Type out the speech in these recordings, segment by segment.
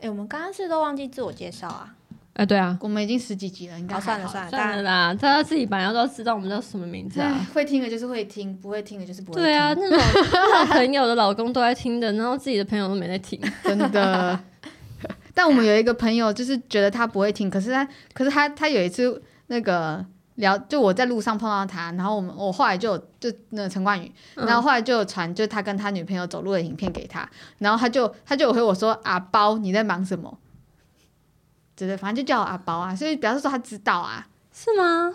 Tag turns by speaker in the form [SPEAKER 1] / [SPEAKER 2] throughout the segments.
[SPEAKER 1] 哎、我们刚刚是都忘记自我介绍啊！
[SPEAKER 2] 哎，对啊，
[SPEAKER 3] 我们已经十几集了，应该
[SPEAKER 1] 好，算了
[SPEAKER 3] 还
[SPEAKER 1] 算了，
[SPEAKER 3] 好
[SPEAKER 2] 算
[SPEAKER 1] 大
[SPEAKER 2] 了
[SPEAKER 1] 家
[SPEAKER 2] 啦，啊大家自己本来都知道我们叫什么名字
[SPEAKER 3] 哎
[SPEAKER 2] 啊。
[SPEAKER 3] 会听的就是会听，不会听的就是不会听。
[SPEAKER 2] 对啊，，那种 那种朋友的老公都在听的，然后自己的朋友都没在听。
[SPEAKER 3] 真的。 但我们有一个朋友，就是觉得他不会听，可是他，可是他，他有一次那个聊，就我在路上碰到他，然后我们我后来就有就那个陈冠宇，
[SPEAKER 1] 嗯
[SPEAKER 3] 然后后来就有传，就他跟他女朋友走路的影片给他，然后他就他就有回我说阿包你在忙什么？对对，反正就叫我阿包啊，所以表示说他知道啊，
[SPEAKER 2] 是吗？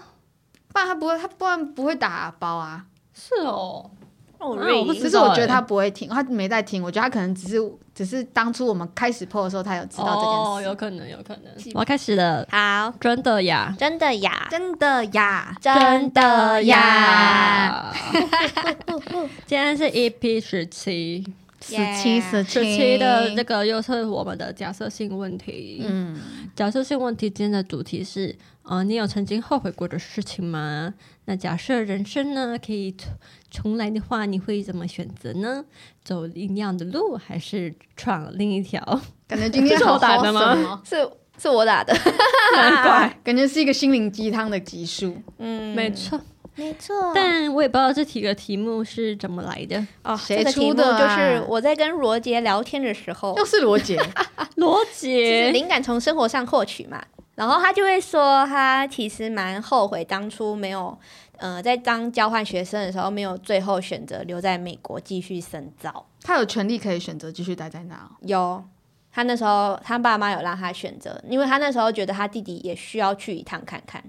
[SPEAKER 3] 不然他不会，他不然不会打阿包啊。
[SPEAKER 2] 是哦，
[SPEAKER 1] 哦
[SPEAKER 2] 啊我不
[SPEAKER 1] really？
[SPEAKER 3] 只
[SPEAKER 2] 知
[SPEAKER 3] 是
[SPEAKER 2] 道
[SPEAKER 3] 我觉
[SPEAKER 2] 欸
[SPEAKER 3] 得他不会听，他没在听。我觉得他可能只是只是当初我们开始破的时候，他有知道这
[SPEAKER 2] 哦，
[SPEAKER 3] 件事。
[SPEAKER 2] 有可能，有可能。我要开始了，
[SPEAKER 1] 好，
[SPEAKER 2] 真的呀，
[SPEAKER 1] 真的呀，
[SPEAKER 3] 真的呀，
[SPEAKER 1] 真的呀，！
[SPEAKER 2] 今天是 EP 十七，
[SPEAKER 3] 十
[SPEAKER 1] Yeah
[SPEAKER 3] 七嗯十
[SPEAKER 2] 十七的这个又是我们的假设性问题。
[SPEAKER 3] 嗯，
[SPEAKER 2] 假设性问题今天的主题是：呃，你有曾经后悔过的事情吗？那假设人生呢可以重重来的话，你会怎么选择呢？走另一样的路，还是闯另一条？
[SPEAKER 3] 感觉今天
[SPEAKER 2] 这
[SPEAKER 3] 好
[SPEAKER 2] 是我打的吗哎
[SPEAKER 3] 高深 哦？
[SPEAKER 1] 是是我打的，
[SPEAKER 2] 难怪，
[SPEAKER 3] 感觉是一个心灵鸡汤的集数。
[SPEAKER 1] 嗯，
[SPEAKER 2] 没错。
[SPEAKER 1] 没错。
[SPEAKER 2] 但我也不知道这题的题目是怎么来的。
[SPEAKER 1] 哦，
[SPEAKER 3] 谁
[SPEAKER 1] 这个题
[SPEAKER 3] 出
[SPEAKER 1] 目
[SPEAKER 3] 的
[SPEAKER 1] 就
[SPEAKER 3] 啊
[SPEAKER 1] 是我在跟罗杰聊天的时候
[SPEAKER 3] 又，是罗杰，
[SPEAKER 1] 啊
[SPEAKER 2] 罗
[SPEAKER 1] 就是
[SPEAKER 2] 杰，
[SPEAKER 1] 灵感从生活上获取嘛。然后他就会说，他其实蛮后悔当初没有，呃，在当交换学生的时候，没有最后选择留在美国继续深造。
[SPEAKER 3] 他有权利可以选择继续待在那哦。
[SPEAKER 1] 有，他那时候他爸妈有让他选择，因为他那时候觉得他弟弟也需要去一趟看看，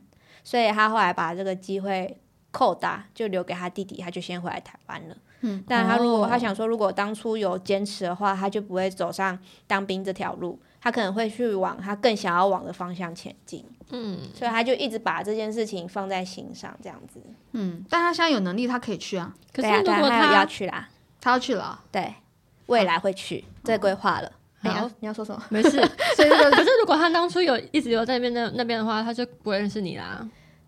[SPEAKER 1] 所以他后来把这个机会扣打，就留给他弟弟，他就先回来台湾了。
[SPEAKER 3] 嗯，
[SPEAKER 1] 但他如果、
[SPEAKER 2] 哦
[SPEAKER 1] 他想说，如果当初有坚持的话，他就不会走上当兵这条路，他可能会去往他更想要往的方向前进。
[SPEAKER 2] 嗯，
[SPEAKER 1] 所以他就一直把这件事情放在心上，这样子。
[SPEAKER 3] 嗯，但他现在有能力，他可以去啊，
[SPEAKER 2] 可
[SPEAKER 1] 对
[SPEAKER 2] 是
[SPEAKER 1] 啊，
[SPEAKER 2] 如
[SPEAKER 1] 对啊，
[SPEAKER 2] 果
[SPEAKER 1] 他有要
[SPEAKER 2] 他
[SPEAKER 1] 去啦，
[SPEAKER 3] 他要去了啊。
[SPEAKER 1] 对，未来会去，
[SPEAKER 2] 哦
[SPEAKER 1] 这规划了。哎呀
[SPEAKER 2] 好，
[SPEAKER 1] 你要说什么？
[SPEAKER 2] 没事，
[SPEAKER 3] 所以这
[SPEAKER 2] 可
[SPEAKER 3] 个
[SPEAKER 2] 是如果他当初有一直留在那边那那边的话，他就不会认识你啦。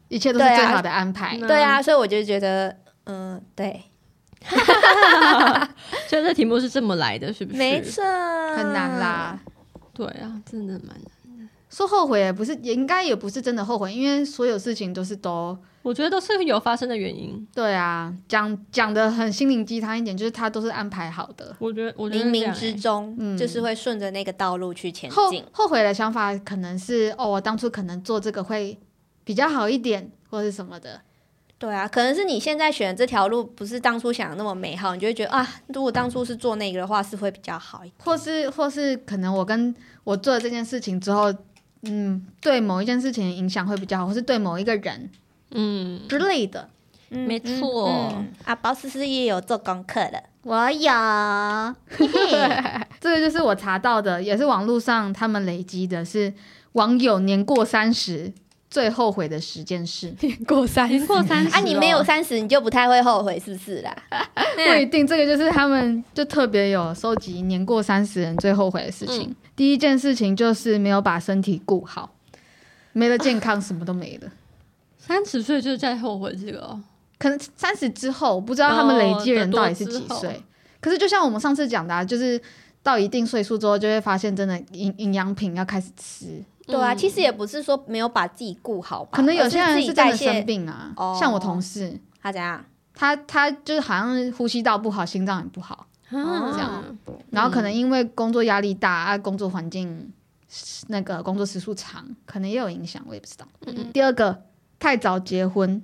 [SPEAKER 3] 一切都是
[SPEAKER 1] 对啊
[SPEAKER 3] 最好的安排。
[SPEAKER 2] 嗯
[SPEAKER 1] 对啊，所以我就觉得，嗯，对，
[SPEAKER 2] 所以这题目是这么来的，是不是？
[SPEAKER 1] 没错，
[SPEAKER 3] 很
[SPEAKER 1] 很
[SPEAKER 3] 难啦。。
[SPEAKER 2] 对啊，真的蛮难。
[SPEAKER 3] 说后悔也不是，也应该也不是真的后悔，因为所有事情都是都
[SPEAKER 2] 我觉得都是有发生的原因。
[SPEAKER 3] 对啊，讲讲的很心灵鸡汤一点，就是他都是安排好的。
[SPEAKER 2] 我觉得，我觉得
[SPEAKER 1] 冥
[SPEAKER 2] 是这
[SPEAKER 1] 冥
[SPEAKER 2] 样欸
[SPEAKER 1] 之中，
[SPEAKER 3] 嗯
[SPEAKER 1] 就是会顺着那个道路去前
[SPEAKER 3] 后
[SPEAKER 1] 进。
[SPEAKER 3] 后悔的想法可能是哦，我当初可能做这个会比较好一点，或是什么的。
[SPEAKER 1] 对啊，可能是你现在选的这条路不是当初想的那么美好，你就会觉得啊，如果当初是做那个的话，是会比较好一点。
[SPEAKER 3] 或是或是可能我跟我做了这件事情之后，嗯，对某一件事情的影响会比较好，或是对某一个人
[SPEAKER 2] 嗯，
[SPEAKER 3] 之类的。
[SPEAKER 1] 嗯
[SPEAKER 2] 没错
[SPEAKER 1] 啊，包思思也有做功课的，
[SPEAKER 3] 我有，这个就是我查到的，也是网络上他们累积的，是网友年过三十最后悔的十件事。
[SPEAKER 1] 年过三
[SPEAKER 2] 年过三十
[SPEAKER 1] 啊，你没有
[SPEAKER 2] 哦
[SPEAKER 1] 三十，你就不太会后悔，是不是啦？
[SPEAKER 3] 不
[SPEAKER 1] 嗯
[SPEAKER 3] 一定，这个就是他们就特别有收集年过三十人最后悔的事
[SPEAKER 1] 嗯
[SPEAKER 3] 情。第一件事情就是没有把身体顾好，没了健康，什么都没了。
[SPEAKER 2] 三十岁就在后悔这个哦，
[SPEAKER 3] 可能三十之后，我不知道他们累积的人到底是
[SPEAKER 2] 哦
[SPEAKER 3] 几
[SPEAKER 2] 得多之
[SPEAKER 3] 岁。
[SPEAKER 2] 后
[SPEAKER 3] 可是就像我们上次讲的、啊，就是到一定岁数之后，就会发现真的营营养品要开始吃。
[SPEAKER 1] 对啊，
[SPEAKER 2] 嗯
[SPEAKER 1] 其实也不是说没有把自己顾好吧，
[SPEAKER 3] 可能有些
[SPEAKER 1] 哦而
[SPEAKER 3] 人
[SPEAKER 1] 自己
[SPEAKER 3] 是真
[SPEAKER 1] 代
[SPEAKER 3] 的生
[SPEAKER 1] 谢，
[SPEAKER 3] 病啊，
[SPEAKER 1] 哦
[SPEAKER 3] 像我同事，
[SPEAKER 1] 他怎样？
[SPEAKER 3] 他他就是好像呼吸道不好，心脏也不好。
[SPEAKER 2] 啊
[SPEAKER 3] 这
[SPEAKER 1] 哦
[SPEAKER 3] 样然后可
[SPEAKER 1] 嗯
[SPEAKER 3] 能因为工作压力大啊，工作环境那个工作时数长，可能也有影响，我也不知道。
[SPEAKER 1] 嗯
[SPEAKER 3] 第二个，太早结婚，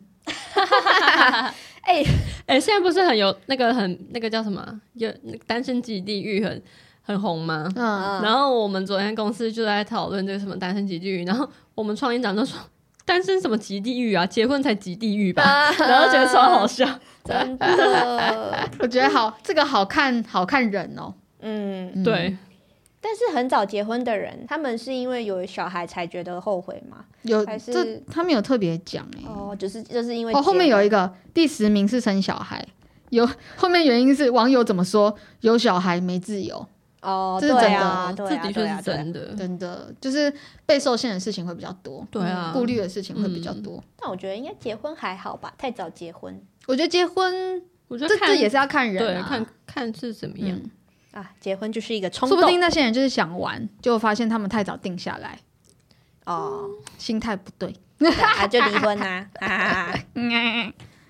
[SPEAKER 1] 哎、
[SPEAKER 2] 哎、现在不是很有那个很那个叫什么啊，有那个单身级地狱很很红吗？
[SPEAKER 1] 啊
[SPEAKER 3] 嗯，
[SPEAKER 2] 然后我们昨天公司就在讨论这个什么单身级地狱，然后我们创意长就说单身什么级地狱啊，结婚才级地 狱吧，然后觉得超好笑。
[SPEAKER 1] 啊真的，
[SPEAKER 3] 我觉得好，这个好看，好看人哦。
[SPEAKER 1] 嗯。
[SPEAKER 3] 嗯，
[SPEAKER 2] 对，
[SPEAKER 1] 但是很早结婚的人，他们是因为有小孩才觉得后悔吗？
[SPEAKER 3] 有
[SPEAKER 1] 还是
[SPEAKER 3] 这他们有特别讲哎。
[SPEAKER 1] 哦，就是就是因为
[SPEAKER 3] 哦，后面有一
[SPEAKER 1] 个
[SPEAKER 3] 个第十名是生小孩，有后面原因是网友怎么说，有小孩没自由，
[SPEAKER 1] 哦，
[SPEAKER 3] 这
[SPEAKER 1] 对
[SPEAKER 3] 是
[SPEAKER 1] 啊，
[SPEAKER 2] 这
[SPEAKER 1] 对啊，
[SPEAKER 2] 的确
[SPEAKER 1] 对啊
[SPEAKER 2] 是。
[SPEAKER 1] 对啊
[SPEAKER 2] 真的。
[SPEAKER 3] 真的就是被受限的事情会比较多，
[SPEAKER 2] 对啊，
[SPEAKER 3] 顾虑的事情会比较
[SPEAKER 2] 嗯
[SPEAKER 3] 多。
[SPEAKER 1] 但我觉得应该结婚还好吧，太早结婚，
[SPEAKER 3] 我觉得结婚
[SPEAKER 2] 我觉
[SPEAKER 3] 这
[SPEAKER 2] 得
[SPEAKER 3] 这
[SPEAKER 2] 看
[SPEAKER 3] 也是要看人、
[SPEAKER 2] 对
[SPEAKER 3] 啊，
[SPEAKER 2] 看看是怎么样。
[SPEAKER 3] 嗯
[SPEAKER 1] 啊，结婚就是一个冲
[SPEAKER 3] 说不
[SPEAKER 1] 动
[SPEAKER 3] 定那些人就是想玩，就发现他们太早定下来，
[SPEAKER 1] 哦，
[SPEAKER 3] 心态不对。
[SPEAKER 1] 啊就离婚 呐、啊，啊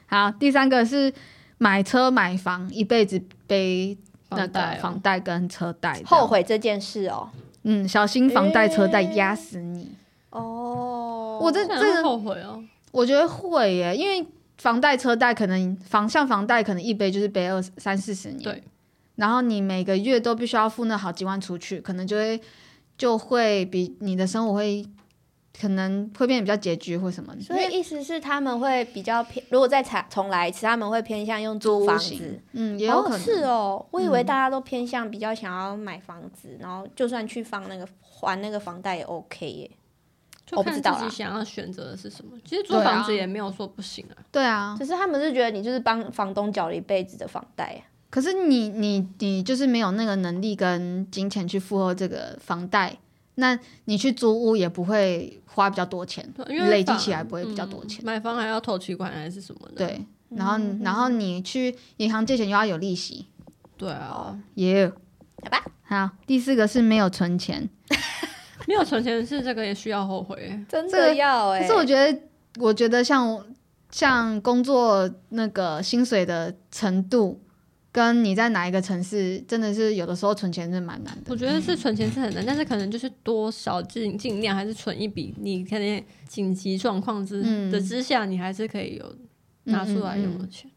[SPEAKER 3] 好，第三个是买车买房，一辈子背那
[SPEAKER 2] 房贷
[SPEAKER 3] 个
[SPEAKER 2] 哦
[SPEAKER 3] 房贷跟车贷，
[SPEAKER 1] 后。悔这件事哦，
[SPEAKER 3] 嗯，小心房贷车贷压死你。
[SPEAKER 1] 哦，
[SPEAKER 3] 我这
[SPEAKER 2] 这
[SPEAKER 3] 这
[SPEAKER 2] 很
[SPEAKER 3] 个
[SPEAKER 2] 后悔哦。
[SPEAKER 3] 我觉得会耶，因为房贷车贷可能房像房贷可能一背就是背二三四十年，
[SPEAKER 2] 对。
[SPEAKER 3] 然后你每个月都必须要付那好几万出去，可能就会就会比你的生活会可能会变得比较拮据或什么的。
[SPEAKER 1] 所以意思是他们会比较偏，如果再重重来一次，他们会偏向用租
[SPEAKER 3] 租
[SPEAKER 1] 房
[SPEAKER 3] 型
[SPEAKER 1] 子。
[SPEAKER 3] 嗯，也有可能、嗯
[SPEAKER 1] 哦是哦，我以为大家都偏向比较想要买房子，然后就算去放那个还那个房贷也 OK 耶。
[SPEAKER 2] 就
[SPEAKER 3] 哦
[SPEAKER 1] 我不
[SPEAKER 2] 看
[SPEAKER 1] 知道
[SPEAKER 2] 自己
[SPEAKER 1] 啦
[SPEAKER 2] 想要选择的是什么。其实租
[SPEAKER 3] 对啊
[SPEAKER 2] 房子也没有说不行啊，
[SPEAKER 3] 对啊。
[SPEAKER 1] 只是他们是觉得你就是帮房东缴了一辈子的房贷啊
[SPEAKER 3] 可是你你你就是没有那个能力跟金钱去负荷这个房贷，那你去租屋也不会花比较多钱，
[SPEAKER 2] 对因为
[SPEAKER 3] 累积
[SPEAKER 2] 房嗯
[SPEAKER 3] 起来不会比较多钱。
[SPEAKER 2] 买房还要投期款还是什么的。
[SPEAKER 3] 对，然后
[SPEAKER 1] 嗯
[SPEAKER 3] 然后你去银行借钱又要有利息，
[SPEAKER 2] 对
[SPEAKER 3] 哦
[SPEAKER 2] 啊，
[SPEAKER 3] 耶、
[SPEAKER 1] 好吧？
[SPEAKER 3] 好，第四个是没有存钱，
[SPEAKER 2] 没有存钱是这个也需要后悔。
[SPEAKER 1] 真
[SPEAKER 3] 这个
[SPEAKER 1] 的要哎、
[SPEAKER 3] 可是我觉得我觉得像像工作那个薪水的程度。跟你在哪一个城市，真的是有的时候存钱是蛮难的。
[SPEAKER 2] 我觉得是存钱是很难，但是可能就是多少尽尽量还是存一笔，你可能紧急状况之
[SPEAKER 3] 嗯
[SPEAKER 2] 的之下，你还是可以有拿出来用
[SPEAKER 3] 嗯嗯
[SPEAKER 2] 的
[SPEAKER 3] 嗯
[SPEAKER 2] 钱。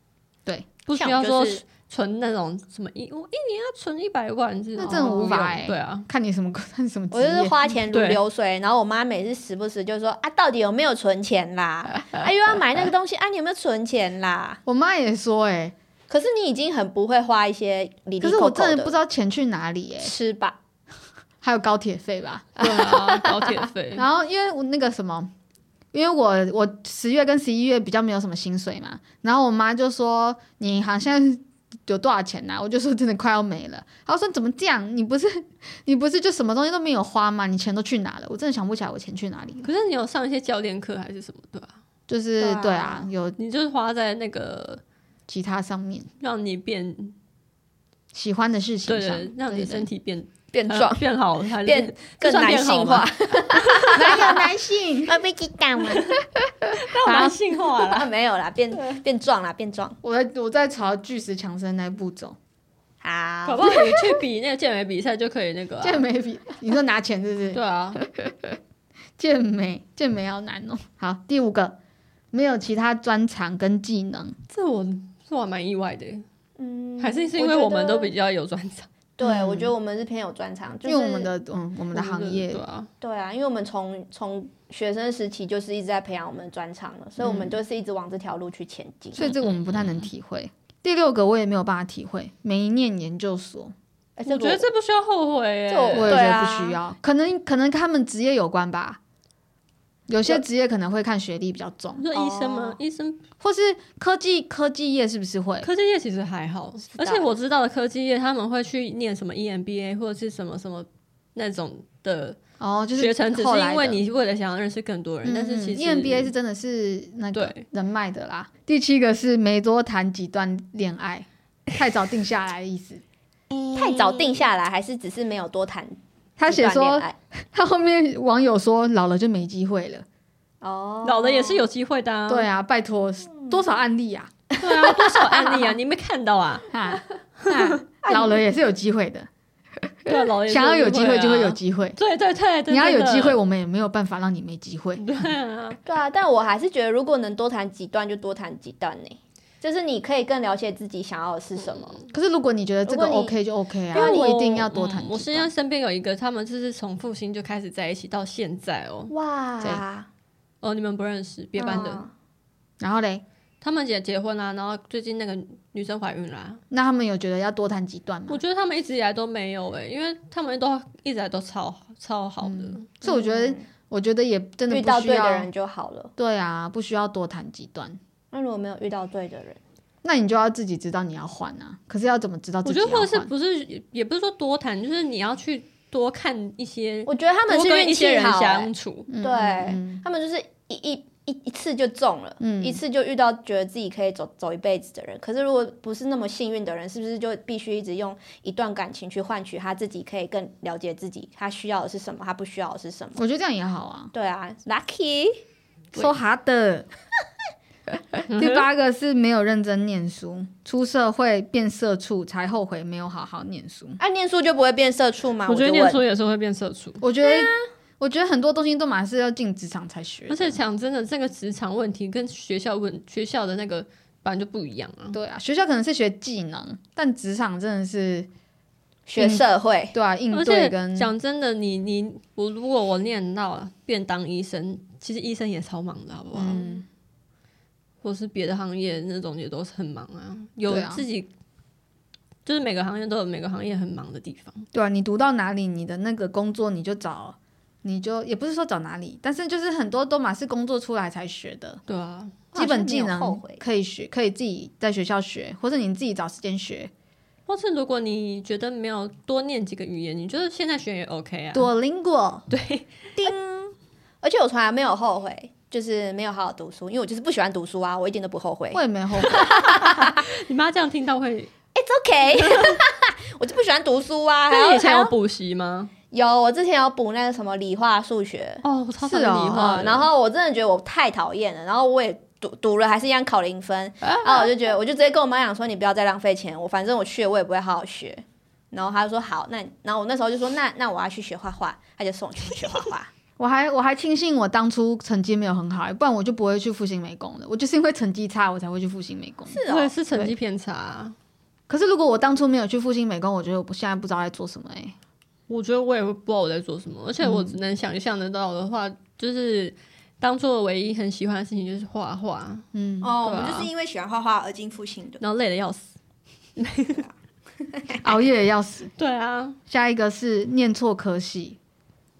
[SPEAKER 3] 对，
[SPEAKER 2] 不需
[SPEAKER 1] 像
[SPEAKER 2] 要
[SPEAKER 1] 我
[SPEAKER 2] 说
[SPEAKER 1] 就是
[SPEAKER 2] 存那种什么一我一年要存一百万，这
[SPEAKER 3] 那真的无法
[SPEAKER 2] 哦
[SPEAKER 3] 欸
[SPEAKER 2] 对 啊，
[SPEAKER 3] 看你什么看你什么职
[SPEAKER 1] 我就是
[SPEAKER 3] 业。
[SPEAKER 1] 花钱如
[SPEAKER 2] 对
[SPEAKER 1] 流水，然后我妈每次时不时就说啊，到底有没有存钱啦？啊，又要买那个东西啊，你有没有存钱啦？
[SPEAKER 3] 我妈也说、欸，
[SPEAKER 1] 可是你已经很不会花一些里里
[SPEAKER 3] 可是我
[SPEAKER 1] 扣扣
[SPEAKER 3] 真的不知
[SPEAKER 1] 的
[SPEAKER 3] 道钱去哪里、欸，
[SPEAKER 1] 吃吧，
[SPEAKER 3] 还有高铁费吧。
[SPEAKER 2] 对啊，高铁费。
[SPEAKER 3] 然后因为我那个什么，因为我我十月跟十一月比较没有什么薪水嘛，然后我妈就说你好像有多少钱啊呐、我就说真的快要没了。她说怎么这样？你不是 你不是就什么东西都没有花吗？你钱都去哪了？我真的想不起来我钱去哪里了。
[SPEAKER 2] 可是你有上一些教练课还是什么，对吧、
[SPEAKER 3] 就是
[SPEAKER 1] 对
[SPEAKER 3] 对
[SPEAKER 1] 啊
[SPEAKER 3] 啊有
[SPEAKER 2] 你就是花在那个
[SPEAKER 3] 其他上面
[SPEAKER 2] 让你变
[SPEAKER 3] 喜欢的事情
[SPEAKER 2] 对
[SPEAKER 3] 上
[SPEAKER 2] 对，，让
[SPEAKER 3] 对
[SPEAKER 2] 你
[SPEAKER 3] 对
[SPEAKER 2] 身体变
[SPEAKER 1] 变
[SPEAKER 3] 嗯
[SPEAKER 2] 呃
[SPEAKER 1] 壮，
[SPEAKER 2] 变好，还是
[SPEAKER 1] 变更
[SPEAKER 2] 算
[SPEAKER 1] 男
[SPEAKER 2] 变好
[SPEAKER 1] 性
[SPEAKER 2] 吗
[SPEAKER 1] 化，
[SPEAKER 3] 对 哪有男性？
[SPEAKER 1] 会被激到吗？
[SPEAKER 2] 到 男性化啦。
[SPEAKER 1] 啊， 没有啦，变变壮啦，变壮。
[SPEAKER 3] 我在我在朝巨石强森那一步走，
[SPEAKER 2] 搞
[SPEAKER 1] 好，
[SPEAKER 2] 不好你去比那个健美比赛就可以那个、
[SPEAKER 3] 健
[SPEAKER 2] 啊。
[SPEAKER 3] 美比 你说拿钱是不是？
[SPEAKER 2] 对啊，
[SPEAKER 3] 健美，健美好难哦。好，第五个，没有其他专长跟技能，
[SPEAKER 2] 这我这我蛮意外的耶，
[SPEAKER 1] 嗯
[SPEAKER 2] 还是是因为我们都比
[SPEAKER 1] 觉得
[SPEAKER 2] 较有专长，
[SPEAKER 1] 对，我
[SPEAKER 3] 嗯
[SPEAKER 1] 觉得我们是偏有专长，就是
[SPEAKER 3] 因为我们的嗯，我们的行业
[SPEAKER 2] 对，啊，
[SPEAKER 1] 对啊，因为我们从从学生时期就是一直在培养我们的专长了，所以我
[SPEAKER 2] 嗯
[SPEAKER 1] 们就是一直往这条路去前进。
[SPEAKER 3] 所以这个我们不太能体会。第六个我也没有办法体会，没念研究所，
[SPEAKER 1] 哎
[SPEAKER 2] 我
[SPEAKER 1] 这
[SPEAKER 2] 觉
[SPEAKER 1] 个
[SPEAKER 2] 得这不需要后悔耶
[SPEAKER 1] 这我
[SPEAKER 3] 我
[SPEAKER 1] 对
[SPEAKER 3] 也觉得
[SPEAKER 1] 啊
[SPEAKER 3] 不需要，可能可能跟他们职业有关吧。有些职业可能会看学历比较重
[SPEAKER 2] 你，说医生吗
[SPEAKER 1] 哦？
[SPEAKER 2] 医生
[SPEAKER 3] 或是科技科技业是不是会？
[SPEAKER 2] 科技业其实还好，
[SPEAKER 1] 知道
[SPEAKER 2] 而且我知道的科技业他们会去念什么 E EMBA 或者是什么什么那种的
[SPEAKER 3] 哦，就是
[SPEAKER 2] 学程，只
[SPEAKER 3] 后
[SPEAKER 2] 是
[SPEAKER 3] 来
[SPEAKER 2] 因为
[SPEAKER 3] 的嗯，E
[SPEAKER 2] 你为了想要认识更多人，但是其实
[SPEAKER 3] EMBA 是真的是那个
[SPEAKER 2] 对
[SPEAKER 3] 人脉的啦。第七个是没多谈几段恋爱，太早定下来的 意思。
[SPEAKER 1] 太早定下来，还是只是没有多谈
[SPEAKER 3] 他
[SPEAKER 1] 一
[SPEAKER 3] 写
[SPEAKER 1] 段恋
[SPEAKER 3] 说，
[SPEAKER 1] 爱
[SPEAKER 3] 他后面网友说老了就没机会了。
[SPEAKER 1] 哦，
[SPEAKER 2] 老的也是有机会的、啊，
[SPEAKER 3] 对啊，拜托，
[SPEAKER 2] 嗯
[SPEAKER 3] 多少案例 啊？
[SPEAKER 2] 对啊，多少案例啊，你没看到 啊？
[SPEAKER 3] 啊， 啊老了也是有机会的，
[SPEAKER 2] 对啊，老的也是
[SPEAKER 3] 想要有机会
[SPEAKER 2] 啊
[SPEAKER 3] 就会有，机会。
[SPEAKER 2] 对对对，对
[SPEAKER 3] 你要有
[SPEAKER 2] 真的
[SPEAKER 3] 机会，我们也没有办法让你没机会。
[SPEAKER 2] 对啊，
[SPEAKER 1] 对啊，但我还是觉得如果能多谈几段就多谈几段呢，就是你可以更了解自己想要的是什么。
[SPEAKER 2] 嗯
[SPEAKER 3] 可是如果你觉得这个
[SPEAKER 1] 如果你
[SPEAKER 3] OK 就 OK 啊，
[SPEAKER 2] 因为
[SPEAKER 3] 不
[SPEAKER 2] 我
[SPEAKER 3] 一定要多谈
[SPEAKER 2] 嗯
[SPEAKER 3] 几段。
[SPEAKER 2] 我现在身边有一个，他们就是从复兴就开始在一起到现在哦。
[SPEAKER 3] 对
[SPEAKER 1] 哇，
[SPEAKER 2] 哦，你们不认识别班的，
[SPEAKER 1] 嗯
[SPEAKER 3] 然后嘞，
[SPEAKER 2] 他们也结婚啦、啊然后最近那个女生怀孕啦、啊
[SPEAKER 3] 那他们有觉得要多谈几段吗
[SPEAKER 2] 我？觉得他们一直以来都没有哎、因为他们都一直以来都超好超好的，
[SPEAKER 3] 所以我觉得，
[SPEAKER 2] 嗯
[SPEAKER 3] 我觉得也真
[SPEAKER 1] 嗯
[SPEAKER 3] 的
[SPEAKER 1] 遇
[SPEAKER 3] 不
[SPEAKER 1] 到
[SPEAKER 3] 需
[SPEAKER 1] 对的
[SPEAKER 3] 要
[SPEAKER 1] 人就好了。
[SPEAKER 3] 对啊，不需要多谈几段，
[SPEAKER 1] 那如果没有遇到对的人，
[SPEAKER 3] 那你就要自己知道你要换啊。可是要怎么知道
[SPEAKER 2] 我
[SPEAKER 3] 自
[SPEAKER 2] 觉
[SPEAKER 3] 己要
[SPEAKER 2] 啊得或者是
[SPEAKER 3] 换？
[SPEAKER 2] 不是也也不是说多谈，就是你要去多看一些，
[SPEAKER 1] 我觉得他们
[SPEAKER 2] 多
[SPEAKER 1] 是
[SPEAKER 2] 跟
[SPEAKER 1] 运
[SPEAKER 2] 一些
[SPEAKER 1] 气
[SPEAKER 2] 人
[SPEAKER 1] 好欸、
[SPEAKER 2] 相处。
[SPEAKER 3] 嗯
[SPEAKER 1] 对
[SPEAKER 3] 嗯嗯
[SPEAKER 1] 他们就是一一一一次就中了，
[SPEAKER 2] 嗯
[SPEAKER 1] 一次就遇到觉得自己可以走走一辈子的人。可是如果不是那么幸运的人，是不是就必须一直用一段感情去换取他自己可以更了解自己，他需要的是什么，他不需要的是什么？
[SPEAKER 3] 我觉得这样也好啊。
[SPEAKER 1] 对啊，lucky，
[SPEAKER 3] 说好 的。
[SPEAKER 2] 嗯
[SPEAKER 3] 第八个是没有认真念书，出社会变社畜才后悔没有好好念书。
[SPEAKER 1] 啊，念书就不会变社畜吗？
[SPEAKER 2] 我觉得
[SPEAKER 1] 就
[SPEAKER 2] 念
[SPEAKER 1] 问
[SPEAKER 2] 书也是会变社畜，
[SPEAKER 3] 我觉得，我觉得很多东西都嘛是要进职场才学的。
[SPEAKER 2] 啊而且讲真的，这个职场问题跟学校问学校的那个本来就不一样啊。
[SPEAKER 3] 对啊，学校可能是学技能，但职场真的是
[SPEAKER 2] 嗯
[SPEAKER 1] 学社会，
[SPEAKER 3] 对啊，应
[SPEAKER 2] 而
[SPEAKER 3] 对
[SPEAKER 2] 且
[SPEAKER 3] 跟
[SPEAKER 2] 讲真的，你你我如果我念到便当医生，其实医生也超忙的，好不好？
[SPEAKER 3] 嗯，
[SPEAKER 2] 或是别的行业那种也都是很忙啊，
[SPEAKER 1] 嗯
[SPEAKER 2] 有
[SPEAKER 3] 对啊
[SPEAKER 2] 自己、就是每个行业都有每个行业很忙的地方。
[SPEAKER 3] 对啊，你读到哪里，你的那个工作你就找，你就也不是说找哪里，但是就是很多都嘛是工作出来才学的，
[SPEAKER 2] 对啊，
[SPEAKER 1] 我好像
[SPEAKER 3] 基本技
[SPEAKER 1] 没有后
[SPEAKER 3] 能
[SPEAKER 1] 悔
[SPEAKER 3] 可以学，可以自己在学校学，或者你自己找时间学。
[SPEAKER 2] 或是如果你觉得没有多念几个语言，你觉得现在学也 OK 啊。
[SPEAKER 3] 多邻国，
[SPEAKER 2] 对，
[SPEAKER 1] 而且我从来没有后悔，就是没有好好读书，因为我就是不喜欢读书啊，我一点都不后悔。
[SPEAKER 3] 我也没后悔。
[SPEAKER 2] 你妈这样听到会，
[SPEAKER 1] It's OK，我 就不喜欢读书啊。还
[SPEAKER 2] 那你
[SPEAKER 1] 要
[SPEAKER 2] 以
[SPEAKER 1] 还
[SPEAKER 2] 前有
[SPEAKER 1] 要
[SPEAKER 2] 补习吗？
[SPEAKER 1] 有，我之前有补那个什么理化、数学，
[SPEAKER 2] 哦，嗯我超讨
[SPEAKER 3] 是
[SPEAKER 2] 厌
[SPEAKER 3] 哦
[SPEAKER 2] 理化
[SPEAKER 1] 啊，
[SPEAKER 2] 的、
[SPEAKER 1] 然后我真的觉得我太讨厌了，然后我也读读了，还是一样考零分，
[SPEAKER 3] 啊
[SPEAKER 1] 然后我就觉得，我就直接跟我妈讲说，你不要再浪费钱，我反正我去了我也不会好好学。然后她就说好，那然后我那时候就说那那我要去学画画，她就送我去学画 画。
[SPEAKER 3] 我还我还庆幸我当初成绩没有很好，欸不然我就不会去复兴美工了。我就是因为成绩差，我才会去复兴美工。
[SPEAKER 1] 是
[SPEAKER 2] 我也
[SPEAKER 1] 哦，
[SPEAKER 2] 是成绩偏差啊、
[SPEAKER 3] 可是如果我当初没有去复兴美工，我觉得我不现在不知道在做什么哎、
[SPEAKER 1] 哦
[SPEAKER 2] 我觉得我也会不知道我在做什么，而且我只能想象得到的话，就是当初我唯一很喜欢的事情就是画画，
[SPEAKER 3] 嗯，
[SPEAKER 1] 哦，我
[SPEAKER 2] 对啊
[SPEAKER 1] 们就是因为喜欢画画而进复兴的。
[SPEAKER 2] 然后累的要死。
[SPEAKER 3] 熬夜也要死。
[SPEAKER 2] 对啊，
[SPEAKER 3] 下一个是念错科系，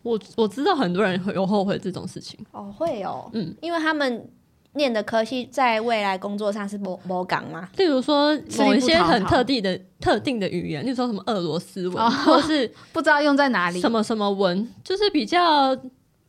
[SPEAKER 2] 我我知道很多人会有后悔这种事情，
[SPEAKER 1] 哦，会哦，
[SPEAKER 2] 嗯，
[SPEAKER 1] 因为他们念的科系在未来工作上是某某岗嘛，
[SPEAKER 2] 例如说某一些
[SPEAKER 3] 吃力不讨好
[SPEAKER 2] 很特地的特定的语言，例如说什么俄罗斯文，
[SPEAKER 3] 哦
[SPEAKER 2] 或是
[SPEAKER 3] 不知道用在哪里
[SPEAKER 2] 什。么什么文，就是比较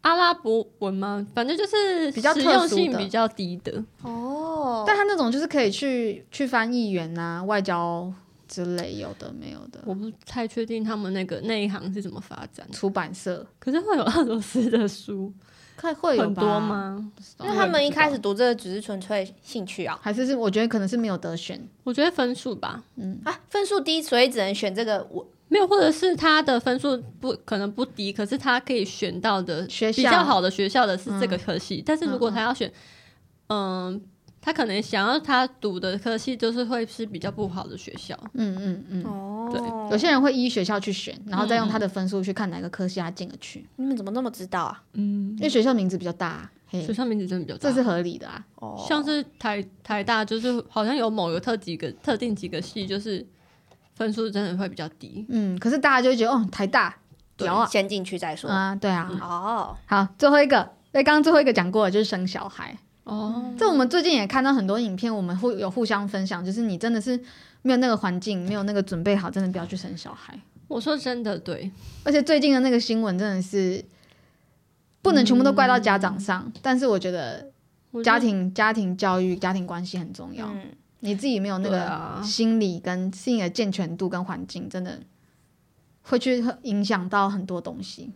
[SPEAKER 2] 阿拉伯文吗？反正就是
[SPEAKER 3] 比较特
[SPEAKER 2] 实
[SPEAKER 3] 殊的
[SPEAKER 2] 用性比较低的。
[SPEAKER 1] 哦
[SPEAKER 3] 但他那种就是可以去去翻译员呐、外交之类，有的没有的，
[SPEAKER 2] 我不太确定他们那个那一行是怎么发展，
[SPEAKER 3] 出版社
[SPEAKER 2] 可是会有俄罗斯的书
[SPEAKER 3] 看会有
[SPEAKER 2] 很
[SPEAKER 3] 吧
[SPEAKER 2] 多？吗？
[SPEAKER 3] 不知道
[SPEAKER 1] 因为他们一开始
[SPEAKER 3] 我也不知
[SPEAKER 1] 读这
[SPEAKER 3] 道
[SPEAKER 1] 个只是纯粹兴趣啊、
[SPEAKER 3] 还是是我觉得可能是没有得选，
[SPEAKER 2] 我觉得分数吧，
[SPEAKER 1] 啊，分数低，所以只能选这个我
[SPEAKER 2] 没有，或者是他的分数不可能不低，可是他可以选到的
[SPEAKER 3] 学校
[SPEAKER 2] 比较好的学校的是这个科系，但是如果他要选，嗯、他可能想要他读的科系就是会是比较不好的学校，
[SPEAKER 3] 嗯嗯嗯。
[SPEAKER 1] 哦
[SPEAKER 2] 对
[SPEAKER 3] 有些人会依学校去选，然后再
[SPEAKER 2] 嗯
[SPEAKER 3] 用他的分数去看哪个科系他进得去，
[SPEAKER 1] 你们怎么那么知道啊？
[SPEAKER 2] 嗯
[SPEAKER 3] 因，为学校名字比较大啊，嘿
[SPEAKER 2] 学，校名字真的比较
[SPEAKER 3] 这
[SPEAKER 2] 大，
[SPEAKER 3] 是合理的啊。
[SPEAKER 1] 哦
[SPEAKER 2] 像是台台大就是好像有某个特几个特定几个系就是分数真的会比较低，
[SPEAKER 3] 嗯，可是大家就会觉得，哦，台大
[SPEAKER 2] 对嗯
[SPEAKER 3] 屌啊，
[SPEAKER 1] 先进去再说。
[SPEAKER 3] 啊，对啊。
[SPEAKER 1] 哦，
[SPEAKER 3] 好，最后一个，对，刚刚最后一个讲过了，就是生小孩。
[SPEAKER 2] 哦，
[SPEAKER 3] 这我们最近也看到很多影片，我们互有互相分享，就是你真的是没有那个环境，没有那个准备好，真的不要去生小孩。
[SPEAKER 2] 我说真的对，
[SPEAKER 3] 而且最近的那个新闻真的是不能全部都怪到家
[SPEAKER 2] 嗯
[SPEAKER 3] 长上，但是我觉得
[SPEAKER 2] 我觉
[SPEAKER 3] 家
[SPEAKER 2] 得
[SPEAKER 3] 庭、家庭教育、家庭关系很重要。
[SPEAKER 1] 嗯，
[SPEAKER 3] 你自己没有那
[SPEAKER 2] 对
[SPEAKER 3] 个
[SPEAKER 2] 啊，
[SPEAKER 3] 心理跟心理的健全度跟环境，真的会去影响到很多东西。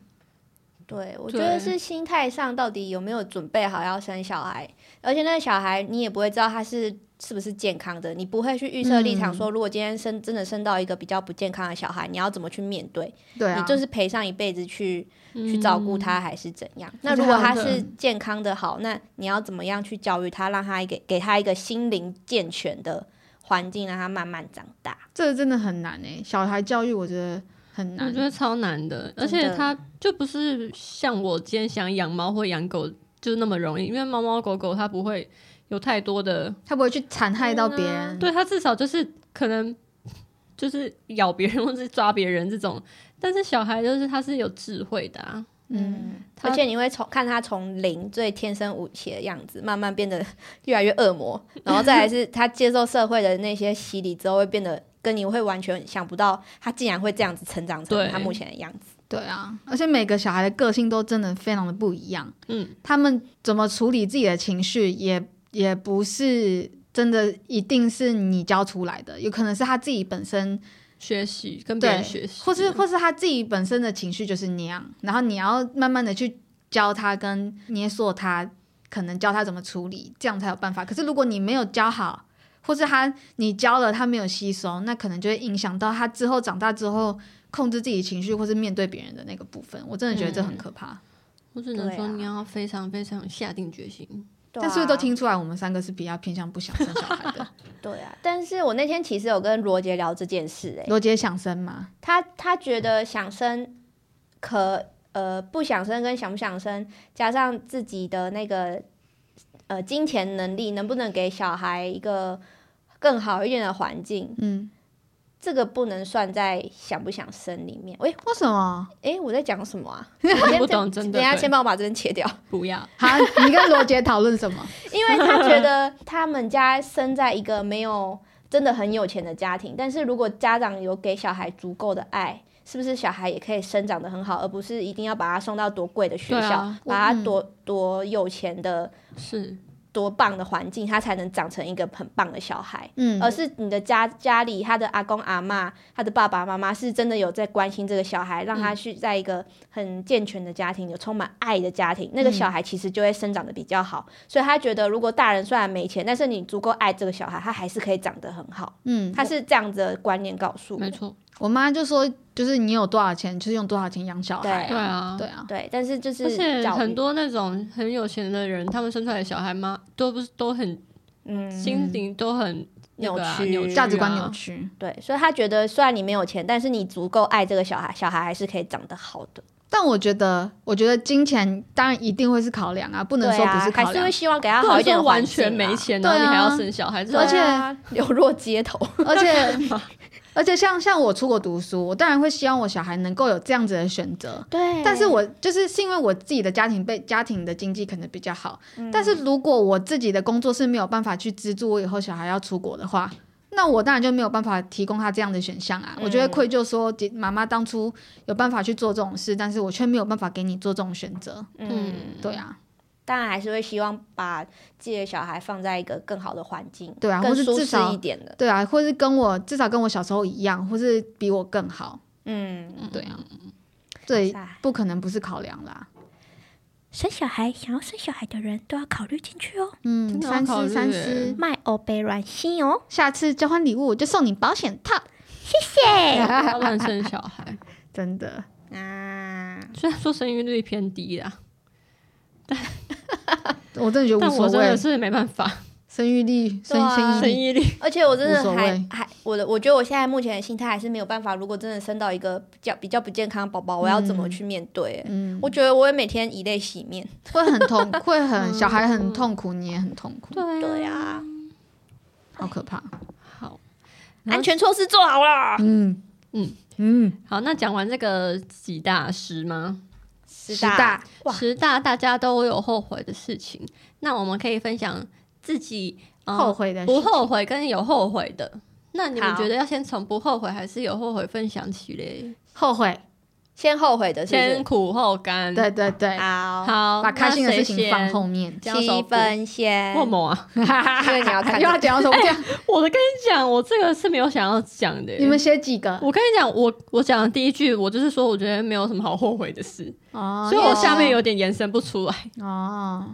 [SPEAKER 1] 对，我觉
[SPEAKER 2] 对
[SPEAKER 1] 得是心态上到底有没有准备好要生小孩，而且那个小孩你也不会知道他是是不是健康的，你不会去预设立场
[SPEAKER 3] 嗯
[SPEAKER 1] 说，如果今天生真的生到一个比较不健康的小孩，你要怎么去面对？
[SPEAKER 3] 对啊，
[SPEAKER 1] 你就是赔上一辈子去去
[SPEAKER 2] 嗯
[SPEAKER 1] 照顾他还是怎样？那
[SPEAKER 3] 而且
[SPEAKER 1] 如果他
[SPEAKER 3] 还有一个
[SPEAKER 1] 是健康的好，那你要怎么样去教育他，让他一个给他一个心灵健全的环境，让他慢慢长大。
[SPEAKER 3] 这个真的很难诶、小孩教育我觉得很难
[SPEAKER 2] 我觉。得超难的，而且它就不是像我今天想养猫或养狗就那么容易，因为猫猫狗狗它不会有太多的，
[SPEAKER 3] 他不会去残害到别人，
[SPEAKER 2] 对它至少就是可能 就是咬别人或者抓别人这种，但是小孩就是他是有智慧的啊，
[SPEAKER 1] 嗯，
[SPEAKER 2] 他
[SPEAKER 1] 而且你会从看他从零最天生无邪的样子，慢慢变得 越来越恶魔，然后再来是他接受社会的那些洗礼之后，会变得跟你会完全想不到，他竟然会这样子成长成
[SPEAKER 2] 对
[SPEAKER 1] 他目前的样子。
[SPEAKER 3] 对啊，而且每个小孩的个性都真的非常的不一样，
[SPEAKER 2] 嗯，
[SPEAKER 3] 他们怎么处理自己的情绪也也不是真的一定是你教出来的，有可能是他自己本身
[SPEAKER 2] 学习跟别
[SPEAKER 3] 对
[SPEAKER 2] 人学习，
[SPEAKER 3] 或是或是他自己本身的情绪就是那样，然后你要慢慢的去教他跟捏塑他，可能教他怎么处理，这样才有办法。可是如果你没有教好，或是他你教了他没有吸收，那可能就会影响到他之后长大之后控制自己情绪或是面对别人的那个部分。我真的觉得这很可怕。
[SPEAKER 2] 我只能
[SPEAKER 1] 对
[SPEAKER 2] 说
[SPEAKER 1] 啊
[SPEAKER 2] 你要非常非常下定决心。
[SPEAKER 1] 对啊
[SPEAKER 3] 但是不是都听出来我们三个是比较偏向不想生小孩的？
[SPEAKER 1] 对啊，但是我那天其实有跟罗杰聊这件事、欸，
[SPEAKER 3] 罗杰想生吗？
[SPEAKER 1] 他他觉得想生可呃不想生跟想不想生，加上自己的那个呃金钱能力，能不能给小孩一个更好一点的环境，
[SPEAKER 3] 嗯，
[SPEAKER 1] 这个不能算在想不想生里面。喂、
[SPEAKER 3] 为什 么？
[SPEAKER 1] 诶， 我在讲什么 啊？
[SPEAKER 2] 我
[SPEAKER 1] 先
[SPEAKER 2] 不懂，真的
[SPEAKER 1] 等一下
[SPEAKER 2] 对
[SPEAKER 1] 先帮我把这边切掉，
[SPEAKER 2] 不要。
[SPEAKER 3] 好，你跟罗杰讨论什么？
[SPEAKER 1] 因为他觉得他们家生在一个没有真的很有钱的家庭，但是如果家长有给小孩足够的爱，是不是小孩也可以生长得很好，而不是一定要把他送到多贵的学
[SPEAKER 2] 对
[SPEAKER 1] 校，
[SPEAKER 2] 啊
[SPEAKER 1] 把他
[SPEAKER 3] 嗯
[SPEAKER 1] 多多有钱的、
[SPEAKER 2] 是，
[SPEAKER 1] 多棒的环境，他才能长成一个很棒的小孩。
[SPEAKER 3] 嗯
[SPEAKER 1] 而是你的家家里，他的阿公阿妈，他的爸爸妈妈是真的有在关心这个小孩，让
[SPEAKER 2] 嗯
[SPEAKER 1] 他去在一个很健全的家庭，有充满爱的家庭，那
[SPEAKER 2] 嗯
[SPEAKER 1] 个小孩其实就会生长的比较好。所以他觉得，如果大人虽然没钱，但是你足够爱这个小孩，他还是可以长得很好。
[SPEAKER 3] 嗯，
[SPEAKER 1] 他是这样子的观念告诉我
[SPEAKER 2] 没，错，
[SPEAKER 3] 我妈就说，就是你有多少钱，就是用多少钱养小孩
[SPEAKER 1] 对
[SPEAKER 2] 对
[SPEAKER 3] 啊。
[SPEAKER 2] 啊，
[SPEAKER 3] 对啊，
[SPEAKER 1] 对，但是就是
[SPEAKER 2] 而且
[SPEAKER 1] 教育
[SPEAKER 2] 很多那种很有钱的人，他们生出来的小孩嘛，都不是都很
[SPEAKER 1] 嗯
[SPEAKER 2] 心灵都很那个啊
[SPEAKER 1] 扭曲
[SPEAKER 2] 扭曲啊，
[SPEAKER 3] 价值观
[SPEAKER 1] 嗯
[SPEAKER 3] 扭曲。
[SPEAKER 1] 对，所以他觉得虽然你没有钱，但是你足够爱这个小孩，小孩还是可以长得好的。
[SPEAKER 3] 但我觉得，我觉得金钱当然一定会是考量啊，不
[SPEAKER 1] 不
[SPEAKER 3] 能说不
[SPEAKER 1] 啊，还
[SPEAKER 3] 考
[SPEAKER 1] 是
[SPEAKER 3] 量
[SPEAKER 1] 会。希望给他
[SPEAKER 2] 不
[SPEAKER 1] 好
[SPEAKER 2] 能
[SPEAKER 1] 一点的
[SPEAKER 2] 说
[SPEAKER 1] 环
[SPEAKER 2] 完
[SPEAKER 1] 境
[SPEAKER 2] 全没
[SPEAKER 1] 啊
[SPEAKER 2] 钱，
[SPEAKER 3] 对
[SPEAKER 2] 然后你还
[SPEAKER 3] 啊
[SPEAKER 2] 要生小孩，这
[SPEAKER 1] 对
[SPEAKER 3] 而且
[SPEAKER 1] 啊 流落街 头。
[SPEAKER 3] 而且， 而且像像我出国读书，我当然会希望我小孩能够有这样子的选择。
[SPEAKER 1] 对
[SPEAKER 3] 但是我就是是因为我自己的家庭被家庭的经济可能比较好，
[SPEAKER 1] 嗯
[SPEAKER 3] 但是如果我自己的工作是没有办法去资助我以后小孩要出国的话，那我当然就没有办法提供他这样的选项
[SPEAKER 1] 嗯
[SPEAKER 3] 啊。我就会愧疚说，姐妈妈当初有办法去做这种事，但是我却没有办法给你做这种选择。
[SPEAKER 1] 嗯，
[SPEAKER 3] 对啊，
[SPEAKER 1] 当然还是会希望把自己的小孩放在一个更好的环境，
[SPEAKER 3] 对啊
[SPEAKER 1] 更
[SPEAKER 3] 或是
[SPEAKER 1] 舒
[SPEAKER 3] 至
[SPEAKER 1] 适
[SPEAKER 3] 少
[SPEAKER 1] 一点的。
[SPEAKER 3] 对啊，或是跟我至少跟我小时候一样，或是比我更好。
[SPEAKER 1] 嗯，
[SPEAKER 3] 对啊，对，
[SPEAKER 1] 哎
[SPEAKER 3] 不可能不是考量啦。
[SPEAKER 4] 生小孩想要生小孩的人都要考虑进去哦，
[SPEAKER 3] 嗯，
[SPEAKER 2] 真的要
[SPEAKER 3] 三
[SPEAKER 2] 考
[SPEAKER 3] 思
[SPEAKER 2] 虑欸
[SPEAKER 3] 三
[SPEAKER 1] 嗯
[SPEAKER 3] 思，
[SPEAKER 4] 卖欧贝软心哦。
[SPEAKER 3] 下次交换礼物我就送你保险套。
[SPEAKER 2] 要乱生小孩。
[SPEAKER 3] 真的，
[SPEAKER 1] 啊，
[SPEAKER 2] 虽然说生育率偏低 啦，
[SPEAKER 3] 我真的觉得
[SPEAKER 2] 但
[SPEAKER 3] 无所
[SPEAKER 2] 我真的
[SPEAKER 3] 谓，
[SPEAKER 2] 是没办法，
[SPEAKER 3] 生育力、
[SPEAKER 1] 对
[SPEAKER 3] 生
[SPEAKER 1] 啊
[SPEAKER 3] 生育
[SPEAKER 2] 生
[SPEAKER 3] 力，
[SPEAKER 2] 育率
[SPEAKER 1] 而且我真
[SPEAKER 3] 无
[SPEAKER 1] 的
[SPEAKER 3] 所
[SPEAKER 1] 还
[SPEAKER 3] 谓
[SPEAKER 1] 还我的，我觉得我现在目前的心态还是没有办法。如果真的生到一个比较比较不健康的宝宝，我要怎么
[SPEAKER 3] 嗯
[SPEAKER 1] 去面对、欸
[SPEAKER 3] 嗯，
[SPEAKER 1] 我觉得我也每天以泪洗面。
[SPEAKER 3] 会很痛，会很小孩很痛苦，你也很痛苦，
[SPEAKER 4] 嗯
[SPEAKER 2] 对
[SPEAKER 1] 对啊，
[SPEAKER 3] 好可怕。
[SPEAKER 2] 好然后
[SPEAKER 1] 安全措施做好了。
[SPEAKER 3] 嗯
[SPEAKER 2] 嗯
[SPEAKER 3] 嗯，
[SPEAKER 2] 好，那讲完这个几大师吗？
[SPEAKER 1] 十
[SPEAKER 3] 十大
[SPEAKER 1] 哇
[SPEAKER 2] 十大大家都有后悔的事情，那我们可以分享自己、呃、
[SPEAKER 3] 后悔的事
[SPEAKER 2] 不后悔跟有后悔的。那你们
[SPEAKER 1] 好
[SPEAKER 2] 觉得要先从不后悔还是有后悔分享起嘞？
[SPEAKER 3] 后悔，
[SPEAKER 1] 先后悔的是不
[SPEAKER 2] 先
[SPEAKER 1] 是？
[SPEAKER 2] 苦后甘。
[SPEAKER 3] 对对对，
[SPEAKER 1] 好，
[SPEAKER 2] 嗯好，
[SPEAKER 3] 把开心的
[SPEAKER 2] 那谁
[SPEAKER 3] 事情放后面。
[SPEAKER 2] 先。
[SPEAKER 1] 七分先，
[SPEAKER 2] 我某啊，
[SPEAKER 1] 因 为你要看
[SPEAKER 3] 又要讲什么讲？
[SPEAKER 2] 我的跟你讲，我这个是没有想要讲的。
[SPEAKER 3] 你们写几个？
[SPEAKER 2] 我跟你讲，我我讲的第一句，我就是说，我觉得没有什么好后悔的事，
[SPEAKER 3] 哦
[SPEAKER 2] 所以我下面
[SPEAKER 3] 有
[SPEAKER 2] 有点延伸不出来。
[SPEAKER 3] 哦，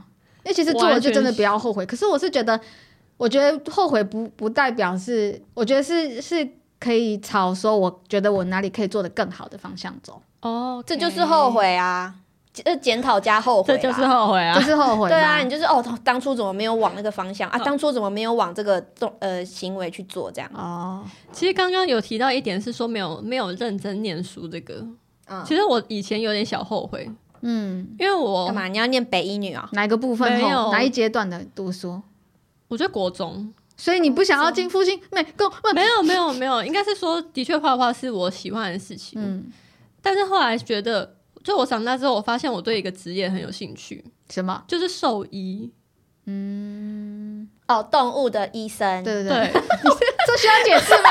[SPEAKER 3] 因为其实做了就真的不要后悔。可是我是觉得，我觉得后悔不不代表是，我觉得是是可以朝说，我觉得我哪里可以做得更好的方向走，
[SPEAKER 2] 哦，
[SPEAKER 1] 这就是后悔啊，这检讨加后悔
[SPEAKER 2] 嗯这
[SPEAKER 1] 啦，
[SPEAKER 2] 就是后悔哦啊
[SPEAKER 3] 就！是后悔。
[SPEAKER 1] 对啊，你，就是哦，当初怎么没有往那个方向啊？当初怎么没有往这个动呃行为去做这样？
[SPEAKER 3] 哦，
[SPEAKER 2] 其实刚刚有提到一点是说没有没有认真念书这个，
[SPEAKER 1] 嗯，
[SPEAKER 2] 其实我以前有点小后悔，
[SPEAKER 3] 嗯，
[SPEAKER 2] 因为我
[SPEAKER 1] 干嘛？你要念北一女啊、
[SPEAKER 3] 哪一个部分
[SPEAKER 2] 没有
[SPEAKER 3] 后，哪一阶段的读书？
[SPEAKER 2] 我觉得国中
[SPEAKER 3] 所以你不想要进复兴美工？
[SPEAKER 2] 没有没有没有，应该是说的确画画是我喜欢的事情，
[SPEAKER 3] 嗯，
[SPEAKER 2] 但是后来觉得，就我长大之后，我发现我对一个职业很有兴趣，
[SPEAKER 3] 什么？
[SPEAKER 2] 就是兽医。
[SPEAKER 3] 嗯，
[SPEAKER 1] 哦，动物的医生，
[SPEAKER 3] 对对对，
[SPEAKER 2] 嗯对，
[SPEAKER 3] 这需要解释吗？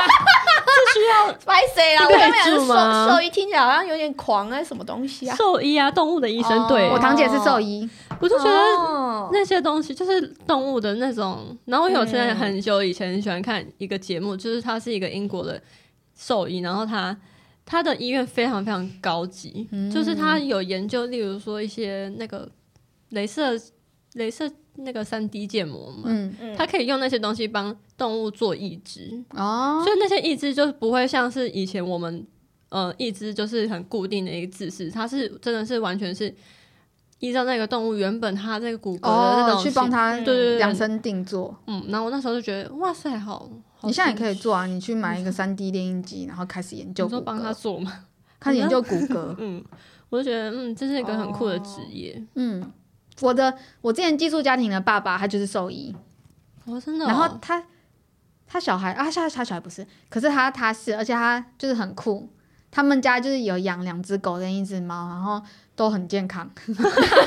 [SPEAKER 2] 这需要
[SPEAKER 1] 白谁 啦？我
[SPEAKER 2] 你被
[SPEAKER 1] 刚才
[SPEAKER 2] 住吗
[SPEAKER 1] 兽兽医听起来好像有点狂啊，什么东西啊？
[SPEAKER 2] 兽医啊，动物的医生。
[SPEAKER 1] 哦
[SPEAKER 2] 对，
[SPEAKER 3] 我堂姐是兽医，
[SPEAKER 2] 我就觉得
[SPEAKER 1] 哦
[SPEAKER 2] 那些东西就是动物的那种。然后因为我现在很久以前很喜欢看一个节目，就是他是一个英国的兽医，然后他他的医院非常非常高级，就是他有研究，例如说一些那个镭射镭射那个三 D 建模嘛，
[SPEAKER 3] 嗯，
[SPEAKER 1] 嗯
[SPEAKER 2] 他可以用那些东西帮动物做义肢，
[SPEAKER 3] 哦，
[SPEAKER 2] 所以那些义肢就不会像是以前我们呃义肢就是很固定的一个姿势，它是真的是完全是依照那个动物原本它这个骨骼的那
[SPEAKER 3] 哦
[SPEAKER 2] 种，
[SPEAKER 3] 去帮
[SPEAKER 2] 形
[SPEAKER 3] 他
[SPEAKER 1] 嗯
[SPEAKER 2] 对对
[SPEAKER 3] 量
[SPEAKER 2] 对，
[SPEAKER 3] 身定做。
[SPEAKER 2] 嗯，然后我那时候就觉得哇塞，好，好
[SPEAKER 3] 你现在也
[SPEAKER 2] 新
[SPEAKER 3] 可以做啊，你去买一个三 D 猎鹰机，然后开始研究
[SPEAKER 2] 你
[SPEAKER 3] 骨
[SPEAKER 2] 说帮他
[SPEAKER 3] 骼，
[SPEAKER 2] 做嘛，
[SPEAKER 3] 开始研究骨 骼。
[SPEAKER 2] 嗯，我就觉得嗯，这是一个很酷的职业，
[SPEAKER 3] 嗯，我的我之前寄宿家庭的爸爸他就是兽医，
[SPEAKER 2] 哦，真的哦、
[SPEAKER 3] 然后他他小孩啊，他他小孩不是，可是他他是，而且他就是很酷。他们家就是有养两只狗跟一只猫，然后都很健康，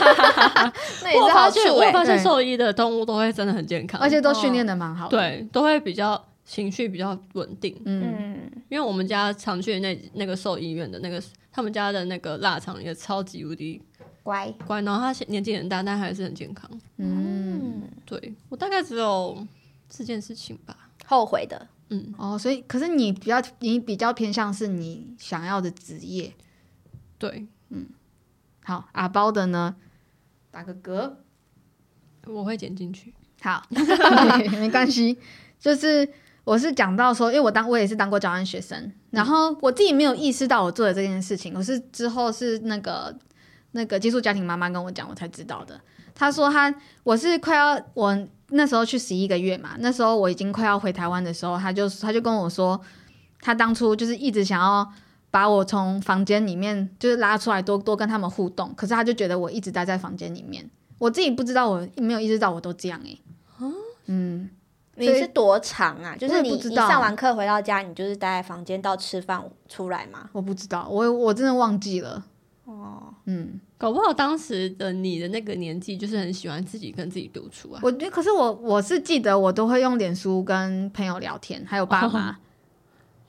[SPEAKER 1] 那也是
[SPEAKER 2] 我有
[SPEAKER 1] 好
[SPEAKER 2] 发
[SPEAKER 1] 处
[SPEAKER 2] 现，我
[SPEAKER 1] 哎、
[SPEAKER 2] 有发现
[SPEAKER 3] 对
[SPEAKER 2] 兽医的动物都会真的很健康，
[SPEAKER 3] 而且都训练的蛮好的。，
[SPEAKER 2] 对都会比较情绪比较稳定。
[SPEAKER 3] 嗯，
[SPEAKER 1] 嗯，
[SPEAKER 2] 因为我们家常去的那那个兽医院的那个，他们家的那个腊肠也超级无敌
[SPEAKER 1] 乖，
[SPEAKER 2] 乖，然后他现年纪很大，但还是很健康。
[SPEAKER 1] 嗯，
[SPEAKER 2] 对我大概只有四件事情吧，
[SPEAKER 1] 后悔的，
[SPEAKER 2] 嗯，
[SPEAKER 3] 哦，所以可是你比较你比较偏向是你想要的职业。
[SPEAKER 2] 对
[SPEAKER 3] 好，阿包的呢，打个嗝。
[SPEAKER 2] 我会剪进去。
[SPEAKER 3] 好， 没关系。就是我是讲到说，因为我当我也是当过交换学生，然后我自己没有意识到我做的这件事情，我是之后是那个那个寄宿家庭妈妈跟我讲，我才知道的。她说她我是快要我那时候去十一个月嘛，那时候我已经快要回台湾的时候，她就她就跟我说，她当初就是一直想要。把我从房间里面就是拉出来多，多跟他们互动。可是她就觉得我一直待在房间里面，我自己不知道，我没有意识到我都这样欸诶、嗯，
[SPEAKER 1] 你
[SPEAKER 3] 所以
[SPEAKER 1] 是多长啊？就
[SPEAKER 3] 我
[SPEAKER 1] 是
[SPEAKER 3] 也
[SPEAKER 1] 你
[SPEAKER 3] 不知
[SPEAKER 1] 你
[SPEAKER 3] 道
[SPEAKER 1] 上完课回到家，你就是待在房间到吃饭出来吗？
[SPEAKER 3] 我不知道，我我真的忘记了。
[SPEAKER 1] 哦，
[SPEAKER 3] 嗯，
[SPEAKER 2] 搞不好当时的你的那个年纪，就是很喜欢自己跟自己独处啊。
[SPEAKER 3] 我觉得可是我我是记得，我都会用脸书跟朋友聊天，还有爸妈、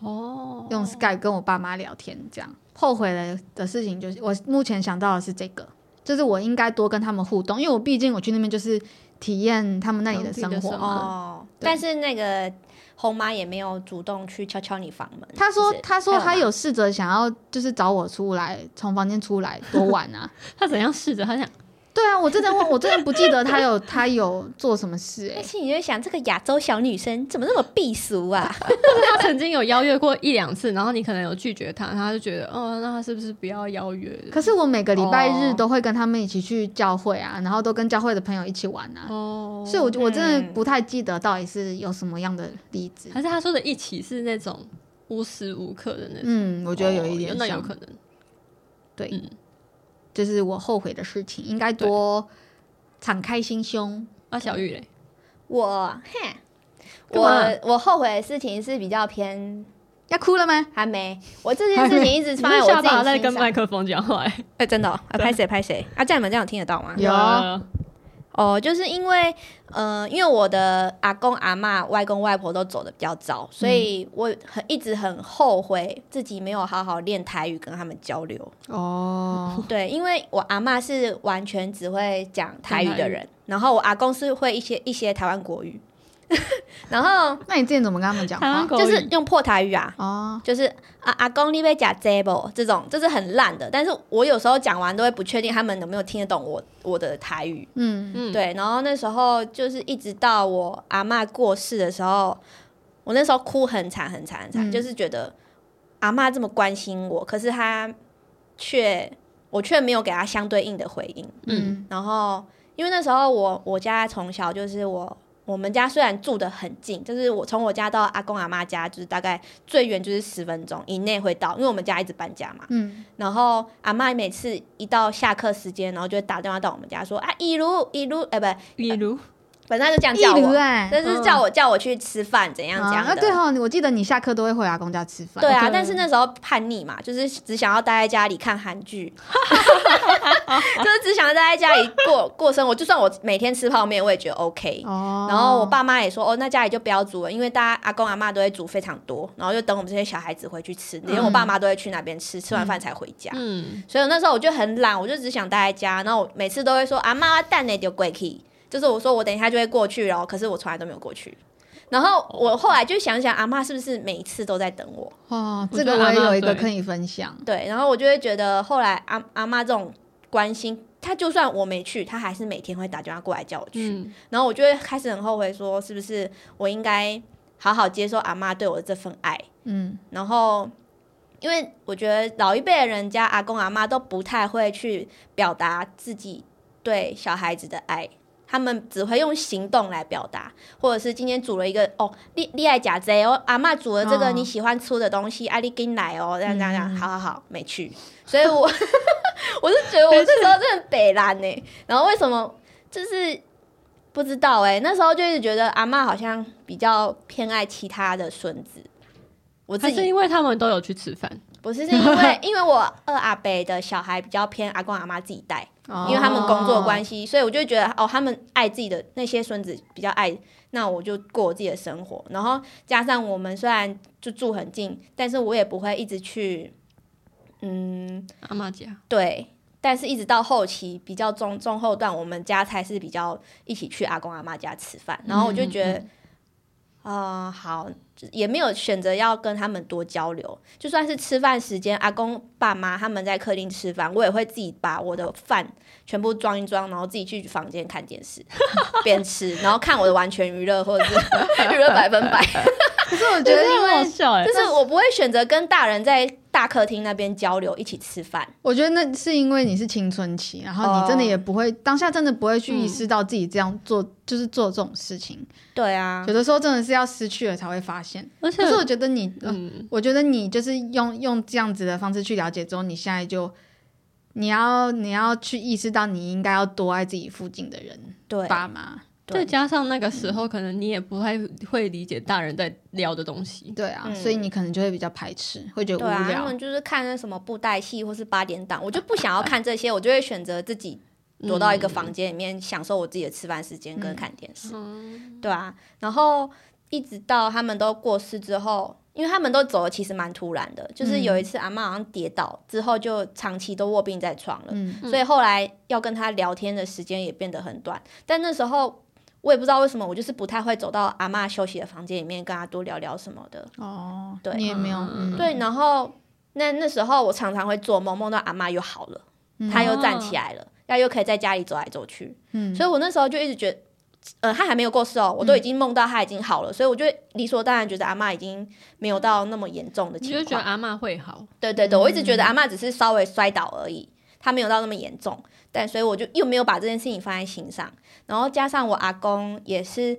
[SPEAKER 2] 哦，
[SPEAKER 3] 用 Skype 跟我爸妈聊天，这样。后悔了的事情就是，我目前想到的是这个，就是我应该多跟他们互动，因为我毕竟我去那边就是体验他们那里的
[SPEAKER 2] 当地
[SPEAKER 3] 生
[SPEAKER 2] 的
[SPEAKER 3] 活
[SPEAKER 2] 生
[SPEAKER 3] 嘛。
[SPEAKER 2] 活
[SPEAKER 1] 哦，
[SPEAKER 3] 对
[SPEAKER 1] 但是那个红妈也没有主动去敲敲你房门。
[SPEAKER 3] 他说
[SPEAKER 1] 是不：“是
[SPEAKER 3] 他说他
[SPEAKER 1] 还有
[SPEAKER 3] 有试着想要，就是找我出来，从房间出来多晚啊？
[SPEAKER 2] 他怎样试着？他想
[SPEAKER 3] 对啊，我真的忘我真的不记得他有他有做什么事哎、
[SPEAKER 1] 但是你就想，这个亚洲小女生怎么那么避俗啊？
[SPEAKER 2] 他曾经有邀约过一两次，然后你可能有拒绝他，他就觉得，哦，那他是不是不要邀约了？
[SPEAKER 3] 可是我每个礼拜日
[SPEAKER 1] 哦
[SPEAKER 3] 都会跟他们一起去教会啊，然后都跟教会的朋友一起玩啊，
[SPEAKER 2] 哦，
[SPEAKER 3] 所以我就我真的
[SPEAKER 1] 嗯
[SPEAKER 3] 不太记得到底是有什么样的例子。
[SPEAKER 2] 还是他说的一起是那种无时无刻的那种。
[SPEAKER 3] 嗯，我觉得有一
[SPEAKER 2] 哦
[SPEAKER 3] 点
[SPEAKER 2] 那有
[SPEAKER 3] 像，
[SPEAKER 2] 可能。
[SPEAKER 3] 对，
[SPEAKER 2] 嗯
[SPEAKER 3] 就是我后悔的事情，应该多敞开心胸。
[SPEAKER 2] 啊，小玉嘞，
[SPEAKER 1] 我，哼，
[SPEAKER 3] 干嘛
[SPEAKER 1] 我我后悔的事情是比较偏
[SPEAKER 3] 要哭了吗？
[SPEAKER 1] 还没，我这件事情一直放在
[SPEAKER 2] 你
[SPEAKER 1] 我自
[SPEAKER 2] 是下
[SPEAKER 1] 己
[SPEAKER 2] 巴
[SPEAKER 1] 心
[SPEAKER 2] 在跟麦
[SPEAKER 1] 上。
[SPEAKER 2] 克风讲话欸，
[SPEAKER 1] 哎，真的哦，啊拍谁拍谁啊？这样你们这样有听得到吗？
[SPEAKER 3] 有
[SPEAKER 2] 啊
[SPEAKER 1] 哦，就是因为，呃，因为我的阿公阿嬷、外公外婆都走的比较早，所以
[SPEAKER 2] 嗯
[SPEAKER 1] 我很一直很后悔自己没有好好练台语跟他们交流。
[SPEAKER 3] 哦，
[SPEAKER 1] 对，因为我阿嬷是完全只会讲台语
[SPEAKER 2] 讲台
[SPEAKER 1] 的
[SPEAKER 2] 语
[SPEAKER 1] 人，然后我阿公是会一些一些台湾国语， 然后
[SPEAKER 3] 那你之前怎么跟他们讲
[SPEAKER 2] 台湾
[SPEAKER 3] 话？
[SPEAKER 2] 狗
[SPEAKER 1] 就是用破台语啊，
[SPEAKER 3] 哦，
[SPEAKER 1] 就是啊阿公你被假 z a b l 这种，这是很烂的。但是我有时候讲完都会不确定他们能不能听得懂我我的台语。
[SPEAKER 3] 嗯，
[SPEAKER 2] 嗯，
[SPEAKER 1] 对，然后那时候就是一直到我阿嬷过世的时候，我那时候哭很惨很惨很惨，
[SPEAKER 3] 嗯
[SPEAKER 1] 就是觉得阿嬷这么关心我，可是她却我却没有给她相对应的回应。
[SPEAKER 3] 嗯
[SPEAKER 2] 嗯
[SPEAKER 1] 然后因为那时候我我家从小就是我我们家虽然住得很近，就是我从我家到阿公阿妈家就是大概最远就是十分钟以内会到，因为我们家一直搬家嘛。
[SPEAKER 3] 嗯，
[SPEAKER 1] 然后阿妈每次一到下课时间，然后就会打电话到我们家说啊，一如一如，哎、不，
[SPEAKER 2] 比如
[SPEAKER 1] 反正他就这样
[SPEAKER 3] 一
[SPEAKER 1] 叫
[SPEAKER 3] 如
[SPEAKER 1] 我，
[SPEAKER 3] 哎，
[SPEAKER 1] 但是叫我、叫我去吃饭怎样怎
[SPEAKER 3] 啊
[SPEAKER 1] 样
[SPEAKER 3] 那对
[SPEAKER 1] 的。
[SPEAKER 3] 哦，我记得你下课都会回阿公家吃饭。
[SPEAKER 1] 对啊，
[SPEAKER 2] 对
[SPEAKER 1] 但是 那时候叛逆嘛，就是只想要待在家里看韩剧，就是只想要待在家里过 过生活，就算我每天吃泡面，我也觉得 OK。
[SPEAKER 3] 哦
[SPEAKER 1] 然后我爸妈也说，哦，那家里就不要煮了，因为大家阿公阿妈都会煮非常多，然后就等我们这些小孩子回去吃，连我爸妈都会去那边吃，吃完饭才回家。
[SPEAKER 2] 嗯，
[SPEAKER 1] 所以那时候我就很懒，我就只想待在家，然后我每次都会说啊，妈妈蛋呢丢鬼去，就是我说我等一下就会过去了，可是我从来都没有过去。然后我后来就想想，阿妈是不是每一次都在等我？
[SPEAKER 3] 哦，
[SPEAKER 2] 我
[SPEAKER 3] 这个
[SPEAKER 2] 觉得
[SPEAKER 3] 我也
[SPEAKER 2] 阿嬷
[SPEAKER 3] 有一个
[SPEAKER 2] 对
[SPEAKER 3] 可以分享。
[SPEAKER 1] 对，然后我就会觉得，后来阿阿妈这种关心，她就算我没去，她还是每天会打电话过来叫我去。
[SPEAKER 2] 嗯
[SPEAKER 1] 然后我就会开始很后悔，说是不是我应该好好接受阿妈对我的这份爱？
[SPEAKER 3] 嗯，
[SPEAKER 1] 然后，因为我觉得老一辈的人家阿公阿妈都不太会去表达自己对小孩子的爱，他们只会用行动来表达，或者是今天煮了一个哦，你你爱夹这个哦，阿妈煮了这个
[SPEAKER 3] 哦
[SPEAKER 1] 你喜欢吃的东西，阿、啊、你给你来哦，这样这样这样，
[SPEAKER 3] 嗯
[SPEAKER 1] 好好好，没去，所以我 我是觉得我那时候真的很北蓝呢、然后为什么就是不知道哎、那时候就是觉得阿妈好像比较偏爱其他的孙子。我自
[SPEAKER 2] 还
[SPEAKER 1] 己
[SPEAKER 2] 是因为他们都有去吃饭，
[SPEAKER 1] 不是，是因为因为我二阿伯的小孩比较偏阿公阿妈自己带，
[SPEAKER 3] 哦
[SPEAKER 1] 因为他们工作关系，所以我就觉得哦，他们爱自己的那些孙子比较爱，那我就过我自己的生活。然后加上我们虽然就住很近，但是我也不会一直去，嗯，
[SPEAKER 2] 阿妈家
[SPEAKER 1] 对。但是，一直到后期比较中中后段，我们家才是比较一起去阿公阿妈家吃饭。然后我就觉得，啊、好，就也没有选择要跟他们多交流。就算是吃饭时间，阿公爸妈他们在客厅吃饭，我也会自己把我的饭全部装一装，然后自己去房间看电视，边吃，然后看我的完全娱乐或者是娱乐百分百。
[SPEAKER 3] 哦可是我觉得，因为
[SPEAKER 2] 笑哎
[SPEAKER 1] 就是我不会选择跟大人在大客厅那边交流，一起吃饭。
[SPEAKER 3] 我觉得那是因为你是青春期，然后
[SPEAKER 1] 哦
[SPEAKER 3] 你真的也不会当下真的不会去
[SPEAKER 2] 嗯
[SPEAKER 3] 意识到自己这样做，就是做这种事情。
[SPEAKER 1] 对啊
[SPEAKER 3] 有，的时候真的是要失去了才会发现。
[SPEAKER 2] 而且
[SPEAKER 3] 可是我觉得你，呃
[SPEAKER 2] 嗯，
[SPEAKER 3] 我觉得你就是用用这样子的方式去了解之后，你现在就你要你要去意识到你应该要多爱自己附近的人，
[SPEAKER 1] 对，
[SPEAKER 3] 爸妈。
[SPEAKER 2] 再
[SPEAKER 1] 对
[SPEAKER 2] 加上那个时候，可能你也不太会理解大人在聊的东西，
[SPEAKER 3] 对啊，
[SPEAKER 1] 嗯
[SPEAKER 3] 所以你可能就会比较排斥，会觉得
[SPEAKER 1] 对
[SPEAKER 3] 无
[SPEAKER 1] 啊，他
[SPEAKER 3] 聊。
[SPEAKER 1] 们就是看那什么布袋戏或是八点档，我就不想要看这些，我就会选择自己躲到一个房间里面，享受我自己的吃饭时间跟
[SPEAKER 3] 嗯
[SPEAKER 1] 看电视。
[SPEAKER 2] 嗯，
[SPEAKER 1] 对啊，然后一直到他们都过世之后，因为他们都走的其实蛮突然的，就是有一
[SPEAKER 3] 嗯
[SPEAKER 1] 次阿妈好像跌倒之后，就长期都卧病在床了，
[SPEAKER 3] 嗯，
[SPEAKER 1] 所以后来要跟他聊天的时间也变得很短。但那时候我也不知道为什么，我就是不太会走到阿妈休息的房间里面跟他多聊聊什么的。
[SPEAKER 3] 哦，
[SPEAKER 1] 对
[SPEAKER 3] 你也没有，
[SPEAKER 2] 嗯
[SPEAKER 3] 嗯，
[SPEAKER 1] 对，然后那那时候我常常会做梦，梦到阿妈又好了，
[SPEAKER 3] 嗯
[SPEAKER 1] 她又站
[SPEAKER 2] 哦
[SPEAKER 1] 起来了，她又可以在家里走来走去，
[SPEAKER 3] 嗯，
[SPEAKER 1] 所以我那时候就一直觉得，呃，她还没有过世哦，我都已经梦到她已经好了，所以我就理所当然觉得阿妈已经没有到那么严重的
[SPEAKER 2] 你
[SPEAKER 1] 情
[SPEAKER 2] 就
[SPEAKER 1] 况。
[SPEAKER 2] 觉得阿妈会好，
[SPEAKER 1] 对对对，我一直觉
[SPEAKER 3] 嗯
[SPEAKER 1] 得阿妈只是稍微摔倒而已，她没有到那么严重，但所以我就又没有把这件事情放在心上。然后加上我阿公也是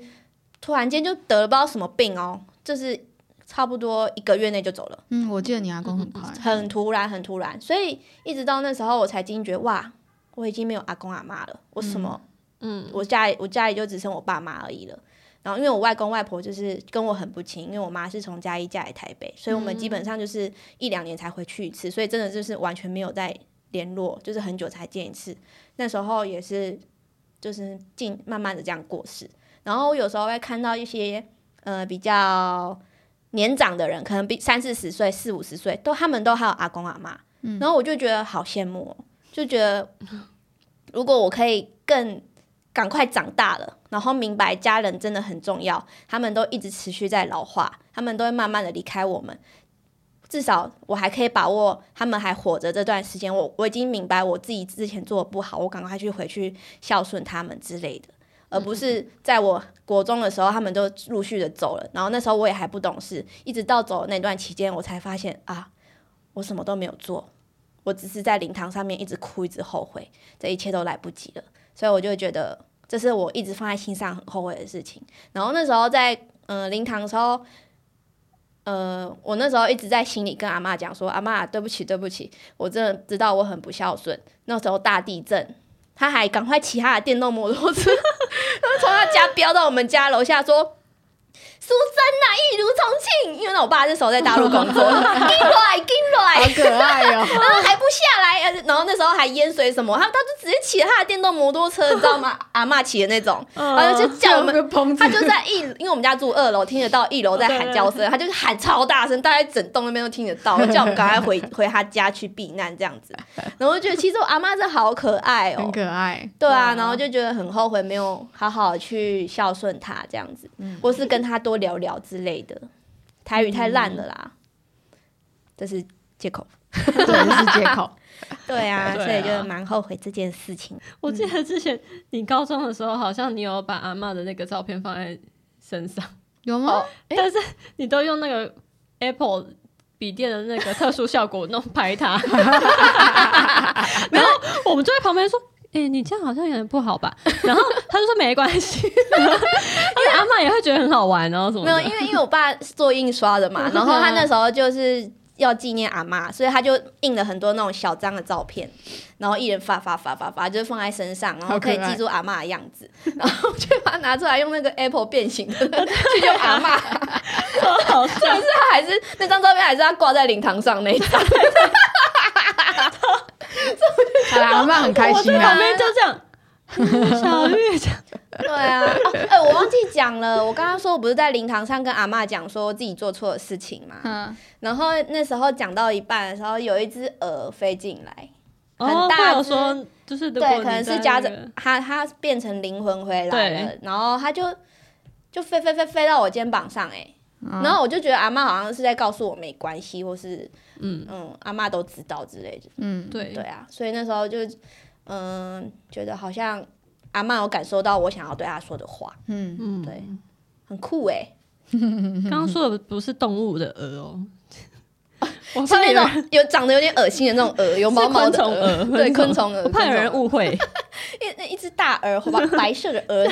[SPEAKER 1] 突然间就得了不知道什么病哦，就是差不多一个月内就走了。
[SPEAKER 3] 嗯，我记得你阿公很快，
[SPEAKER 1] 很突然，很突然，所以一直到那时候我才惊觉，哇，我已经没有阿公阿妈了，我什么，
[SPEAKER 2] 嗯，
[SPEAKER 1] 我家里我家里就只剩我爸妈而已了。然后因为我外公外婆就是跟我很不亲，因为我妈是从嘉义嫁来台北，所以我们基本上就是一两年才回去一次，所以真的就是完全没有再联络，就是很久才见一次。那时候也是就是进慢慢的这样过世。然后我有时候会看到一些呃比较年长的人，可能比三四十岁、四五十岁，都他们都还有阿公阿妈，然后我就觉得好羡慕、哦，就觉得如果我可以更赶快长大了，然后明白家人真的很重要，他们都一直持续在老化，他们都会慢慢的离开我们。至少我还可以把握他们还活着这段时间，我我已经明白我自己之前做的不好，我赶快去回去孝顺他们之类的，而不是在我国中的时候他们都陆续的走了，然后那时候我也还不懂事，一直到走的那段期间，我才发现啊，我什么都没有做，我只是在灵堂上面一直哭，一直后悔，这一切都来不及了，所以我就觉得这是我一直放在心上很后悔的事情。然后那时候在嗯、呃灵堂的时候，呃，我那时候一直在心里跟阿妈讲说，阿妈对不起对不起，我真的知道我很不孝顺。那时候大地震，他还 赶快骑他的电动摩托车，然后从他家飙到我们家楼下说。苏贞呐、一如重庆，因为我爸那时候在大陆工 作，进来进
[SPEAKER 3] 好
[SPEAKER 1] 来，
[SPEAKER 3] 可爱哦、
[SPEAKER 1] 然啊后还不下来，呃然后那时候还淹水什么，他他就直接骑他的电动摩托车，你知道 吗？阿嬷骑的那种，
[SPEAKER 2] 嗯
[SPEAKER 1] 然后
[SPEAKER 2] 啊
[SPEAKER 1] 就叫我们
[SPEAKER 3] 个棚子
[SPEAKER 1] 他，就在一，因为我们家住二楼，听得到一楼在喊叫声，他就喊超大声，大概整栋那边都听得到，叫我们赶快 回回他家去避难这样子。然后我就觉得其实我阿妈真的好可爱哦、
[SPEAKER 3] 很可爱。
[SPEAKER 1] 对啊，然后就觉得很后悔没有好好去孝顺他这样子，或是跟他多聊聊之类的。台语太烂了啦，这是借口。
[SPEAKER 3] 对，是借口。
[SPEAKER 1] 对啊，
[SPEAKER 2] 对啊
[SPEAKER 1] 所以就蛮后悔这件事情。
[SPEAKER 2] 我记得之前你高中的时候，好像你有把阿嬷的那个照片放在身上，
[SPEAKER 3] 有吗？
[SPEAKER 2] 但是你都用那个 Apple 笔电的那个特殊效果弄 拍它，然后我们就在旁边说。哎、你这样好像有点不好吧？ 然后他就说没关系， 因为阿嬷也会觉得很好玩，然后什么
[SPEAKER 3] 啊
[SPEAKER 1] 没有，
[SPEAKER 2] 的
[SPEAKER 1] 因为因为我爸是做印刷的 嘛，然后他那时候就是要纪念阿妈，所以他就印了很多那种小张的照片，然后一人发发发发发，就是放在身上，然后
[SPEAKER 3] 好可
[SPEAKER 1] 可
[SPEAKER 3] 爱
[SPEAKER 1] 以记住阿妈的样子， 然后我就把它拿出来用那个 Apple 变形的 去用阿 妈，
[SPEAKER 2] 超好笑
[SPEAKER 1] 但是他还是那张照片还是他挂在灵堂上那一张，
[SPEAKER 3] 好啦，阿妈很开
[SPEAKER 2] 我
[SPEAKER 3] 心
[SPEAKER 1] 啊
[SPEAKER 3] 啊
[SPEAKER 2] 在
[SPEAKER 3] 啦
[SPEAKER 2] 旁。边就这样，嗯小月这样，
[SPEAKER 1] 对啊，哦哎、我忘记讲了，我刚刚说我不是在灵堂上跟阿妈讲说我自己做错的事情嘛，
[SPEAKER 3] 嗯，
[SPEAKER 1] 然后那时候讲到一半的时候，有一只鹅飞进来。
[SPEAKER 2] 哦
[SPEAKER 1] 很大
[SPEAKER 2] 会有
[SPEAKER 1] 只
[SPEAKER 2] 说就是如果
[SPEAKER 1] 对，
[SPEAKER 2] 你
[SPEAKER 1] 可能是
[SPEAKER 2] 在
[SPEAKER 1] 家
[SPEAKER 2] 那
[SPEAKER 1] 长
[SPEAKER 2] 个
[SPEAKER 1] 他他变成灵魂回来了
[SPEAKER 2] 对，
[SPEAKER 1] 然后他就就飞飞飞飞到我肩膀上、欸，
[SPEAKER 3] 嗯
[SPEAKER 1] 然后我就觉得阿妈好像是在告诉我没关系，或是
[SPEAKER 2] 嗯
[SPEAKER 1] 嗯，阿妈都知道之类的，
[SPEAKER 3] 嗯，
[SPEAKER 2] 对
[SPEAKER 1] 对啊，所以那时候就嗯、觉得好像阿妈有感受到我想要对她说的话，
[SPEAKER 3] 嗯，
[SPEAKER 2] 嗯
[SPEAKER 1] 对很酷哎、欸，
[SPEAKER 2] 刚刚说的不是动物的鹅 哦，我
[SPEAKER 1] 是
[SPEAKER 2] 怕
[SPEAKER 1] 那
[SPEAKER 2] 有人
[SPEAKER 1] 种有长得有点恶心的那种鹅，有毛毛
[SPEAKER 2] 是
[SPEAKER 1] 的
[SPEAKER 2] 昆虫鹅，
[SPEAKER 1] 对， 昆虫鹅，
[SPEAKER 2] 我怕有人
[SPEAKER 1] 昆虫
[SPEAKER 2] 误会
[SPEAKER 1] 一那一只大鹅，白白色的 鹅，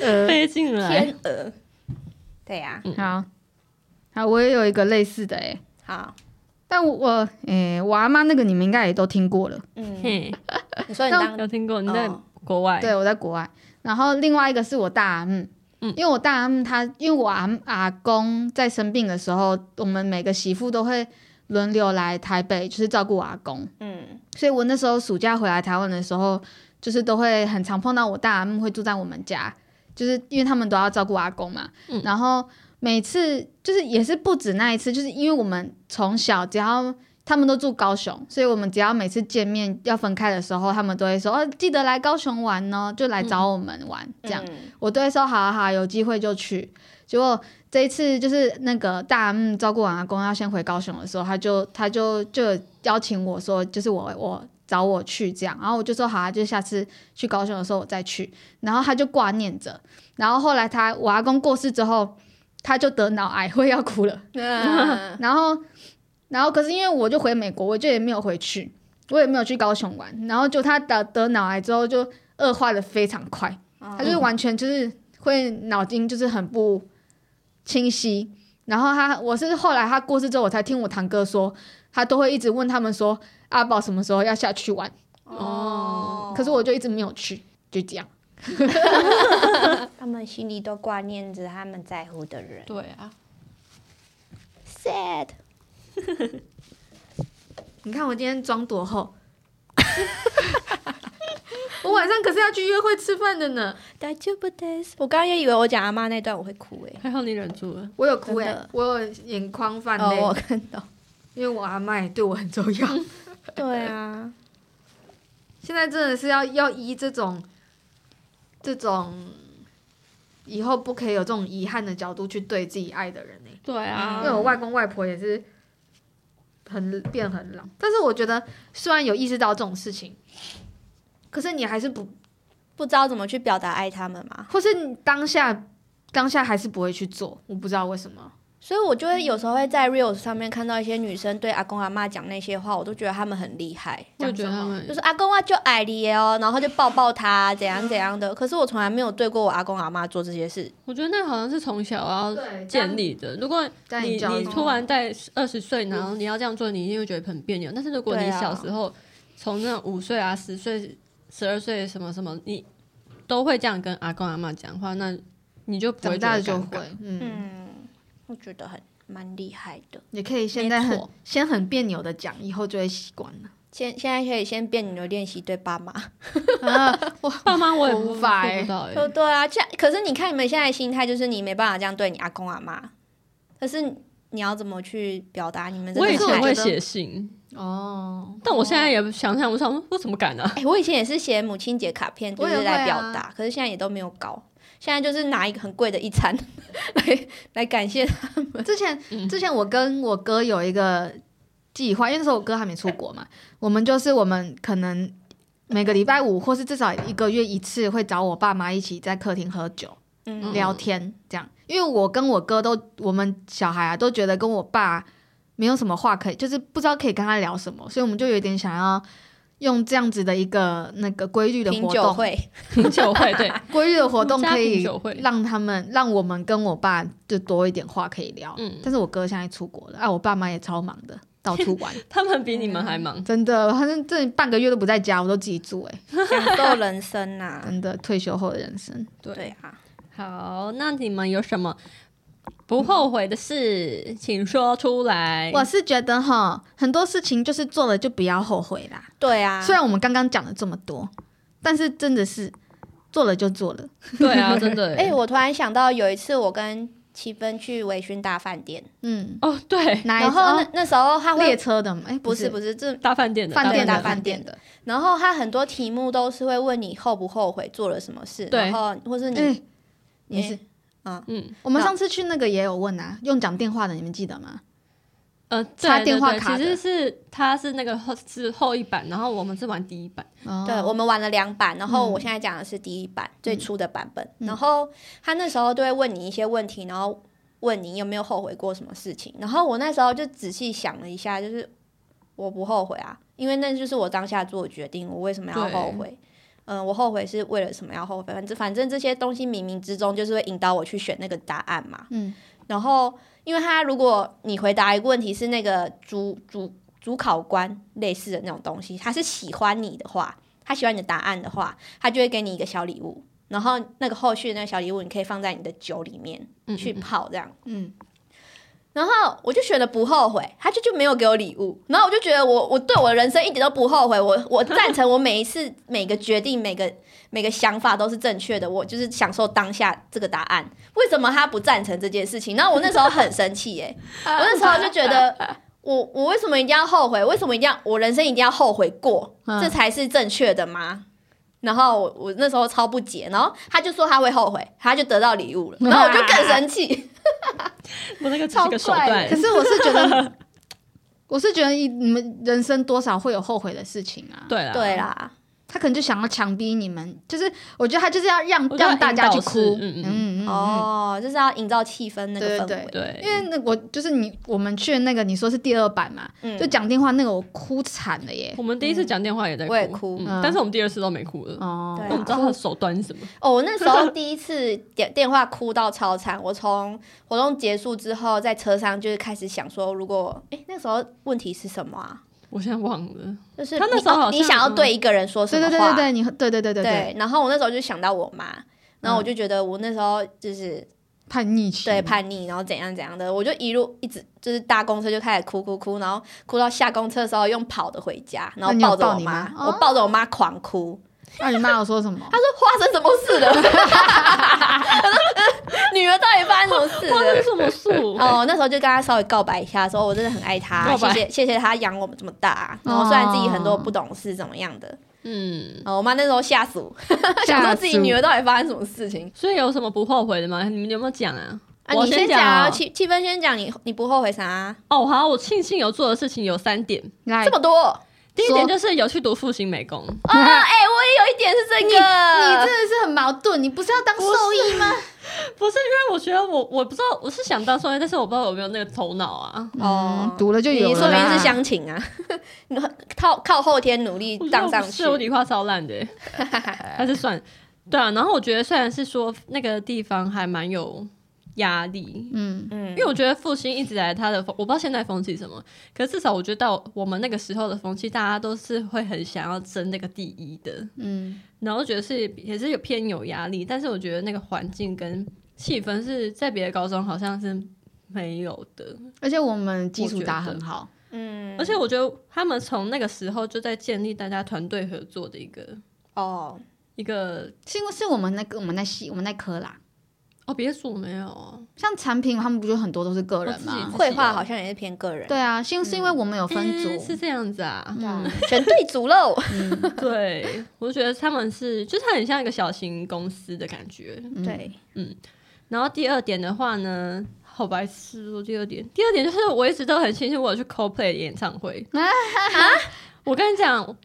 [SPEAKER 3] 呃，
[SPEAKER 2] 飞进来。
[SPEAKER 1] 天鹅，对呀、
[SPEAKER 3] 好，好，我也有一个类似的哎、
[SPEAKER 1] 好，
[SPEAKER 3] 但我我诶、我阿妈那个你们应该也都听过了。
[SPEAKER 1] 嗯。
[SPEAKER 2] 嘿，
[SPEAKER 1] 你说你
[SPEAKER 3] 那
[SPEAKER 1] 当
[SPEAKER 2] 有听过你在
[SPEAKER 1] 哦
[SPEAKER 2] 国外？
[SPEAKER 3] 对，我在国外。然后另外一个是我大阿姆，
[SPEAKER 2] 嗯
[SPEAKER 3] 因为我大阿姆他，因为我阿阿公在生病的时候，我们每个媳妇都会轮流来台北，就是照顾我阿公。
[SPEAKER 1] 嗯
[SPEAKER 3] 所以我那时候暑假回来台湾的时候，就是都会很常碰到我大阿姆会住在我们家，就是因为他们都要照顾阿公嘛。
[SPEAKER 2] 嗯
[SPEAKER 3] 然后每次就是也是不止那一次，就是因为我们从小只要他们都住高雄，所以我们只要每次见面要分开的时候，他们都会说哦，记得来高雄玩哦，就来找我们玩、这样。
[SPEAKER 1] 嗯
[SPEAKER 3] 我都会说好啊好啊，有机会就去。结果这一次就是那个大阿姆照顾完阿公要先回高雄的时候，他就他就就有邀请我说，就是我我找我去这样，然后我就说好啊，就下次去高雄的时候我再去。然后他就挂念着，然后后来他我阿公过世之后，他就得脑癌，会要哭了。
[SPEAKER 1] 那
[SPEAKER 3] 然后，然后可是因为我就回美国，我就也没有回去，我也没有去高雄玩。然后就他得得脑癌之后，就恶化的非常快，他就是完全就是会脑筋就是很不清晰。然后他我是后来他过世之后，我才听我堂哥说，他都会一直问他们说阿宝什么时候要下去玩，
[SPEAKER 1] 哦
[SPEAKER 3] 可是我就一直没有去，就这样。
[SPEAKER 1] 他们心里都挂念着他们在乎的人
[SPEAKER 2] 对啊，
[SPEAKER 1] ，sad。
[SPEAKER 3] 你看我今天妆多厚。 我晚上可是要去约会吃饭的呢，
[SPEAKER 1] 大丈夫です。我刚刚也以为我讲阿妈那段我会哭哎、
[SPEAKER 2] 还好你忍住了。
[SPEAKER 3] 我有哭
[SPEAKER 1] 真
[SPEAKER 3] 哎、
[SPEAKER 1] 的
[SPEAKER 3] 我有眼眶泛
[SPEAKER 1] 哦
[SPEAKER 3] 泪，，
[SPEAKER 1] 我看到。
[SPEAKER 3] 因为我阿妈也对我很重要。
[SPEAKER 1] 对啊，
[SPEAKER 3] 现在真的是要要依这种这种以后不可以有这种遗憾的角度去对自己爱的人呢、
[SPEAKER 2] 对啊
[SPEAKER 3] 因为，我外公外婆也是很变很老，但是我觉得虽然有意识到这种事情，可是你还是不，
[SPEAKER 1] 不知道怎么去表达爱他们嘛，
[SPEAKER 3] 或是你当下当下还是不会去做，我不知道为什么。
[SPEAKER 1] 所以我就会有时候会在 reels 上面看到一些女生对阿公阿妈讲那些话，我都觉得他们很厉害。
[SPEAKER 2] 我也觉得他
[SPEAKER 1] 就
[SPEAKER 2] 们
[SPEAKER 1] 是阿公啊，就爱你哦，然后就抱抱他，怎样怎样的。可是我从来没有对过我阿公阿妈做这些事，
[SPEAKER 2] 我觉得那好像是从小要
[SPEAKER 3] 对
[SPEAKER 2] 建立的。如果
[SPEAKER 3] 在
[SPEAKER 2] 你
[SPEAKER 3] 你教
[SPEAKER 2] 你
[SPEAKER 3] 育
[SPEAKER 2] 突然在二十岁，然后你要这样做，你一定会觉得很别扭。但是如果你
[SPEAKER 1] 对啊
[SPEAKER 2] 小时候从那五岁啊、十岁、十二岁什么什么，你都会这样跟阿公阿妈讲话，那你就不会觉
[SPEAKER 3] 长大
[SPEAKER 2] 得
[SPEAKER 3] 了就
[SPEAKER 2] 尴
[SPEAKER 3] 会
[SPEAKER 2] 尬。，
[SPEAKER 3] 嗯，
[SPEAKER 1] 嗯，我觉得很蛮厉害的。
[SPEAKER 3] 也可以现
[SPEAKER 2] 没
[SPEAKER 3] 在很
[SPEAKER 2] 错
[SPEAKER 3] 先很别扭的讲，以后就会习惯了。
[SPEAKER 1] 现现在可以先变你的练习对爸妈，
[SPEAKER 3] 啊，我
[SPEAKER 2] 爸妈我也
[SPEAKER 3] 我无
[SPEAKER 2] 不
[SPEAKER 3] 法
[SPEAKER 2] 做不
[SPEAKER 3] 欸
[SPEAKER 2] 到
[SPEAKER 1] 哦，
[SPEAKER 2] 欸
[SPEAKER 1] 对啊，这样可是你看你们现在的心态就是你没办法这样对你阿公阿妈，可是你要怎么去表达你们这
[SPEAKER 2] 我
[SPEAKER 1] 个
[SPEAKER 2] 以
[SPEAKER 3] 可是我
[SPEAKER 2] 前
[SPEAKER 1] 爱
[SPEAKER 2] 会
[SPEAKER 3] 觉得
[SPEAKER 2] 写信，
[SPEAKER 3] 哦，
[SPEAKER 2] 但我现在也想想不上，我怎么敢 啊？
[SPEAKER 1] 哎、我以前也是写母亲节卡片，就
[SPEAKER 3] 我也
[SPEAKER 1] 是来
[SPEAKER 3] 会
[SPEAKER 1] 表
[SPEAKER 3] 啊
[SPEAKER 1] 达，可是现在也都没有搞。现在就是拿一个很贵的一餐 来来感谢他，
[SPEAKER 3] 之前之前我跟我哥有一个计划，因为那时候我哥还没出国嘛，我们就是我们可能每个礼拜五或是至少一个月一次会找我爸妈一起在客厅喝酒
[SPEAKER 1] 嗯，
[SPEAKER 3] 聊天这样，因为我跟我哥都我们小孩啊都觉得跟我爸没有什么话可以，就是不知道可以跟他聊什么，所以我们就有点想要。用这样子的一个那个规律的
[SPEAKER 1] 品
[SPEAKER 3] 活
[SPEAKER 1] 酒
[SPEAKER 3] 动，
[SPEAKER 1] 会，
[SPEAKER 2] 品酒会对，
[SPEAKER 3] 规律的活动可
[SPEAKER 2] 家庭
[SPEAKER 3] 以
[SPEAKER 2] 酒会
[SPEAKER 3] 让他们让我们跟我爸就多一点话可以聊。
[SPEAKER 2] 嗯
[SPEAKER 3] 但是我哥现在出国了，啊，我爸妈也超忙的，到处玩，
[SPEAKER 2] 他们比你们还忙。
[SPEAKER 3] 真的，反正这半个月都不在家，我都自己住、欸，
[SPEAKER 1] 享受人生呐、啊。
[SPEAKER 3] 真的，退休后的人生，
[SPEAKER 1] 对啊，
[SPEAKER 2] 好，那你们有什么不后悔的事，请说出来。
[SPEAKER 3] 哎我是觉得哈，很多事情就是做了就不要后悔啦。
[SPEAKER 1] 对啊，
[SPEAKER 3] 虽然我们刚刚讲了这么多，但是真的是做了就做了，
[SPEAKER 2] 对啊，真的
[SPEAKER 1] 哎、
[SPEAKER 2] 欸。
[SPEAKER 1] 我突然想到有一次我跟七分去微醺大饭店，
[SPEAKER 3] 嗯，
[SPEAKER 2] 哦，对，
[SPEAKER 3] 哪一
[SPEAKER 1] 然后那、
[SPEAKER 3] 哦
[SPEAKER 1] 那时候他
[SPEAKER 3] 列
[SPEAKER 1] 会
[SPEAKER 3] 车的吗？哎、
[SPEAKER 1] 不
[SPEAKER 3] 是
[SPEAKER 1] 是不是这，
[SPEAKER 2] 大饭店的
[SPEAKER 3] 饭店
[SPEAKER 1] 大
[SPEAKER 3] 的
[SPEAKER 1] 饭店
[SPEAKER 3] 饭店的，
[SPEAKER 1] 然后他很多题目都是会问你后不后悔做了什么事，
[SPEAKER 2] 对
[SPEAKER 1] 然后或是你、
[SPEAKER 3] 哎、
[SPEAKER 1] 你啊
[SPEAKER 3] 没事。
[SPEAKER 2] 嗯
[SPEAKER 3] 我们
[SPEAKER 1] 那
[SPEAKER 3] 上次去那个也有问啊，用讲电话的，你们记得吗？
[SPEAKER 2] 呃，
[SPEAKER 3] 插
[SPEAKER 2] 对
[SPEAKER 3] 电
[SPEAKER 2] 对
[SPEAKER 3] 话
[SPEAKER 2] 对
[SPEAKER 3] 卡
[SPEAKER 2] 其实
[SPEAKER 3] 的
[SPEAKER 2] 是它是那个后是后一版，然后我们是玩第一版。
[SPEAKER 3] 哦
[SPEAKER 1] 对，我们玩了两版，然后
[SPEAKER 3] 嗯
[SPEAKER 1] 我现在讲的是第一版、最初的版本。
[SPEAKER 3] 嗯
[SPEAKER 1] 然后他那时候都会问你一些问题，然后问你有没有后悔过什么事情。然后我那时候就仔细想了一下，就是我不后悔啊，因为那就是我当下做的决定，我为什么要
[SPEAKER 2] 对
[SPEAKER 1] 后悔？嗯，我后悔是为了什么要后悔？反正反正这些东西冥冥之中就是会引导我去选那个答案嘛。
[SPEAKER 3] 嗯，
[SPEAKER 1] 然后，因为他如果你回答一个问题是那个主主主考官类似的那种东西，他是喜欢你的话，他喜欢你的答案的话，他就会给你一个小礼物，然后那个后续的那个小礼物你可以放在你的酒里面
[SPEAKER 2] 嗯，
[SPEAKER 1] 去
[SPEAKER 2] 嗯
[SPEAKER 1] 泡这样。
[SPEAKER 3] 嗯，
[SPEAKER 1] 然后我就选了不后悔，他就就没有给我礼物，然后我就觉得我我对我的人生一点都不后悔，我我赞成我每一次每个决定每个每个想法都是正确的，我就是享受当下这个答案。为什么他不赞成这件事情？然后我那时候很生气耶、我那时候就觉得我我为什么一定要后悔？为什么一定要我人生一定要后悔过？
[SPEAKER 3] 嗯
[SPEAKER 1] 这才是正确的吗？然后我我那时候超不解，然后他就说他会后悔，他就得到礼 物了，然后我就更生气。
[SPEAKER 2] 我那个只是个手
[SPEAKER 1] 超怪
[SPEAKER 2] 段
[SPEAKER 3] 可，是我是觉得，我是觉得你你们人生多少会有后悔的事情啊。，
[SPEAKER 2] 对啦，
[SPEAKER 1] 对啦，
[SPEAKER 3] 他可能就想要强逼你们，就是我觉得他就是要让
[SPEAKER 2] 我觉得
[SPEAKER 3] 让大家去
[SPEAKER 2] 引
[SPEAKER 3] 哭
[SPEAKER 2] 导式，嗯嗯
[SPEAKER 3] 嗯
[SPEAKER 1] 哦，就是要营造气氛那个
[SPEAKER 3] 对
[SPEAKER 1] 氛围。
[SPEAKER 3] 对
[SPEAKER 2] 对，
[SPEAKER 3] 因为那我就是你，我们去的那个你说是第二版嘛，
[SPEAKER 1] 嗯
[SPEAKER 3] 就讲电话那个我哭惨了耶。
[SPEAKER 2] 我们第一次讲电话也在哭，
[SPEAKER 1] 我也哭
[SPEAKER 2] 嗯
[SPEAKER 3] 嗯
[SPEAKER 2] 但是我们第二次都没哭了。
[SPEAKER 3] 哦
[SPEAKER 1] 对啊
[SPEAKER 2] 我们知道他的手段是什么，
[SPEAKER 1] 哦，我那时候第一次点电话哭到超惨，我从活动结束之后在车上就是开始想说，如果哎那时候问题是什么啊？
[SPEAKER 2] 我现在忘了。
[SPEAKER 1] 就是
[SPEAKER 2] 他那
[SPEAKER 1] 你哦
[SPEAKER 2] 时候好像
[SPEAKER 1] 你想要
[SPEAKER 2] 嗯
[SPEAKER 1] 对一个人说什
[SPEAKER 3] 对
[SPEAKER 1] 么
[SPEAKER 3] 对
[SPEAKER 1] 话？
[SPEAKER 3] 对对对，你对对对对对，
[SPEAKER 1] 对然后我那时候就想到我妈，然后我就觉得我那时候就是、
[SPEAKER 3] 叛逆期，
[SPEAKER 1] 对叛逆，然后怎样怎样的，我就一路一直就是搭公车就开始哭哭哭，然后哭到下公车的时候用跑的回家，然后
[SPEAKER 3] 那你有
[SPEAKER 1] 抱着
[SPEAKER 3] 抱
[SPEAKER 1] 我
[SPEAKER 3] 你
[SPEAKER 1] 妈，
[SPEAKER 3] 妈
[SPEAKER 1] 我
[SPEAKER 3] 哦
[SPEAKER 1] 抱着我妈狂哭。
[SPEAKER 3] 那你妈有说什么？
[SPEAKER 1] 他说发生什么事了？ 女儿到底发生什么事
[SPEAKER 2] 哇，那
[SPEAKER 1] 了
[SPEAKER 2] 是？什么树？
[SPEAKER 1] 哦，那时候就跟他稍微告白一下，说哦我真的很爱他，
[SPEAKER 2] 告
[SPEAKER 1] 谢
[SPEAKER 2] 白
[SPEAKER 1] 谢谢谢他养我们这么大。然后虽然自己很多不懂事怎么样的，
[SPEAKER 2] 嗯，
[SPEAKER 1] 哦，我妈那时候吓死我，想
[SPEAKER 3] 吓
[SPEAKER 1] 说自己
[SPEAKER 3] 死我
[SPEAKER 1] 女儿到底发生什么事情。
[SPEAKER 2] 所以有什么不后悔的吗？你们有没有讲啊？
[SPEAKER 1] 啊，
[SPEAKER 2] 我
[SPEAKER 1] 你先
[SPEAKER 2] 讲
[SPEAKER 1] 讲啊，
[SPEAKER 2] 啊。
[SPEAKER 1] 气气氛先讲，你你不后悔啥啊？
[SPEAKER 2] 哦，好，我庆幸有做的事情有三点。
[SPEAKER 3] 来
[SPEAKER 1] 这么多啊！
[SPEAKER 2] 第一点
[SPEAKER 3] 说
[SPEAKER 2] 就是有去读复兴美工，
[SPEAKER 1] 哎，我也有一点是这个，
[SPEAKER 3] 你
[SPEAKER 1] 呃
[SPEAKER 3] 真的是很矛盾，你不是要当兽医吗？
[SPEAKER 2] 不是因为我觉得我我不知道我是想当兽医，但是我不知道有没有那个头脑啊。
[SPEAKER 1] 哦
[SPEAKER 3] 嗯，读了就有了
[SPEAKER 1] 你
[SPEAKER 3] 啦。
[SPEAKER 1] 说明是相亲啊， 你靠靠后天努力
[SPEAKER 2] 我觉得
[SPEAKER 1] 当
[SPEAKER 2] 我
[SPEAKER 1] 上
[SPEAKER 2] 不
[SPEAKER 1] 去
[SPEAKER 2] 是。我理化超 烂的欸，还是算对啊。然后我觉得虽然是说那个地方还蛮有压力，
[SPEAKER 3] 嗯，
[SPEAKER 1] 嗯
[SPEAKER 2] 因为我觉得复兴一直以来它的风，我不知道现在风气是什么，可是至少我觉得到我们那个时候的风气，大家都是会很想要争那个第一的，
[SPEAKER 3] 嗯，
[SPEAKER 2] 然后觉得是也是有偏有压力，但是我觉得那个环境跟气氛是在别的高中好像是没有的，
[SPEAKER 3] 而且我们基
[SPEAKER 2] 我
[SPEAKER 3] 础
[SPEAKER 2] 觉
[SPEAKER 3] 打
[SPEAKER 2] 得
[SPEAKER 3] 很好，
[SPEAKER 1] 嗯，
[SPEAKER 2] 而且我觉得他们从那个时候就在建立大家团队合作的一个
[SPEAKER 1] 哦，
[SPEAKER 2] 一个
[SPEAKER 3] 是因为是我们那个我们那系我们那科啦。
[SPEAKER 2] 哦，别墅没有啊
[SPEAKER 3] 像产品他们不就很多都是个人
[SPEAKER 2] 哦我自己
[SPEAKER 3] 吗
[SPEAKER 2] 自？
[SPEAKER 1] 绘画好像也是偏个人，
[SPEAKER 3] 啊对啊，是因是因为我们有分
[SPEAKER 2] 诶
[SPEAKER 3] 组，
[SPEAKER 2] 嗯是这样子啊，
[SPEAKER 1] 嗯，选对组喽。
[SPEAKER 3] 嗯，
[SPEAKER 2] 对，我觉得他们是，就是它很像一个小型公司的感觉。
[SPEAKER 3] 嗯，
[SPEAKER 1] 对，
[SPEAKER 2] 然后第二点的话呢，好白痴哦。第二点，第二点就是我一直都很庆幸我有去 CoPlay 演唱 会啊！我跟你讲，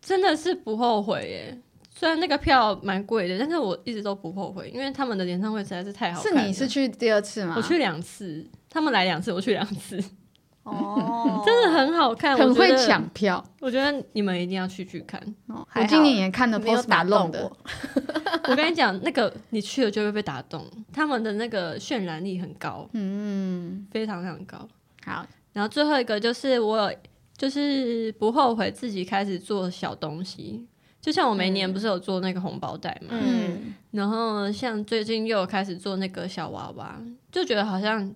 [SPEAKER 2] 真的是不后悔耶。虽然那个票蛮贵的，但是我一直都不后悔，因为他们的演唱会实在是太好看
[SPEAKER 3] 是
[SPEAKER 2] 了。
[SPEAKER 3] 你是去第二次吗？
[SPEAKER 2] 我去两次，他们来两次，我去两次，
[SPEAKER 3] 嗯
[SPEAKER 1] 哦，
[SPEAKER 2] 真的很好看，
[SPEAKER 3] 很
[SPEAKER 2] 我觉
[SPEAKER 3] 会
[SPEAKER 2] 得。
[SPEAKER 3] 抢票。
[SPEAKER 2] 我觉得你们一定要去去看。
[SPEAKER 3] 哦
[SPEAKER 1] 还
[SPEAKER 3] 我
[SPEAKER 1] 好
[SPEAKER 3] 今年也看了
[SPEAKER 1] 没有
[SPEAKER 3] Post
[SPEAKER 1] 打动
[SPEAKER 3] Malone 的
[SPEAKER 1] 我，
[SPEAKER 2] 我跟你讲，那个你去了就会被打动，他们的那个渲染力很高，
[SPEAKER 3] 嗯，
[SPEAKER 2] 非常非常高。
[SPEAKER 3] 好，
[SPEAKER 2] 然后最后一个就是我有，就是不后悔自己开始做小东西，就像我每
[SPEAKER 3] 嗯
[SPEAKER 2] 年不是有做那个红包袋嘛，
[SPEAKER 1] 嗯，
[SPEAKER 2] 然后像最近又有开始做那个小娃娃，就觉得好像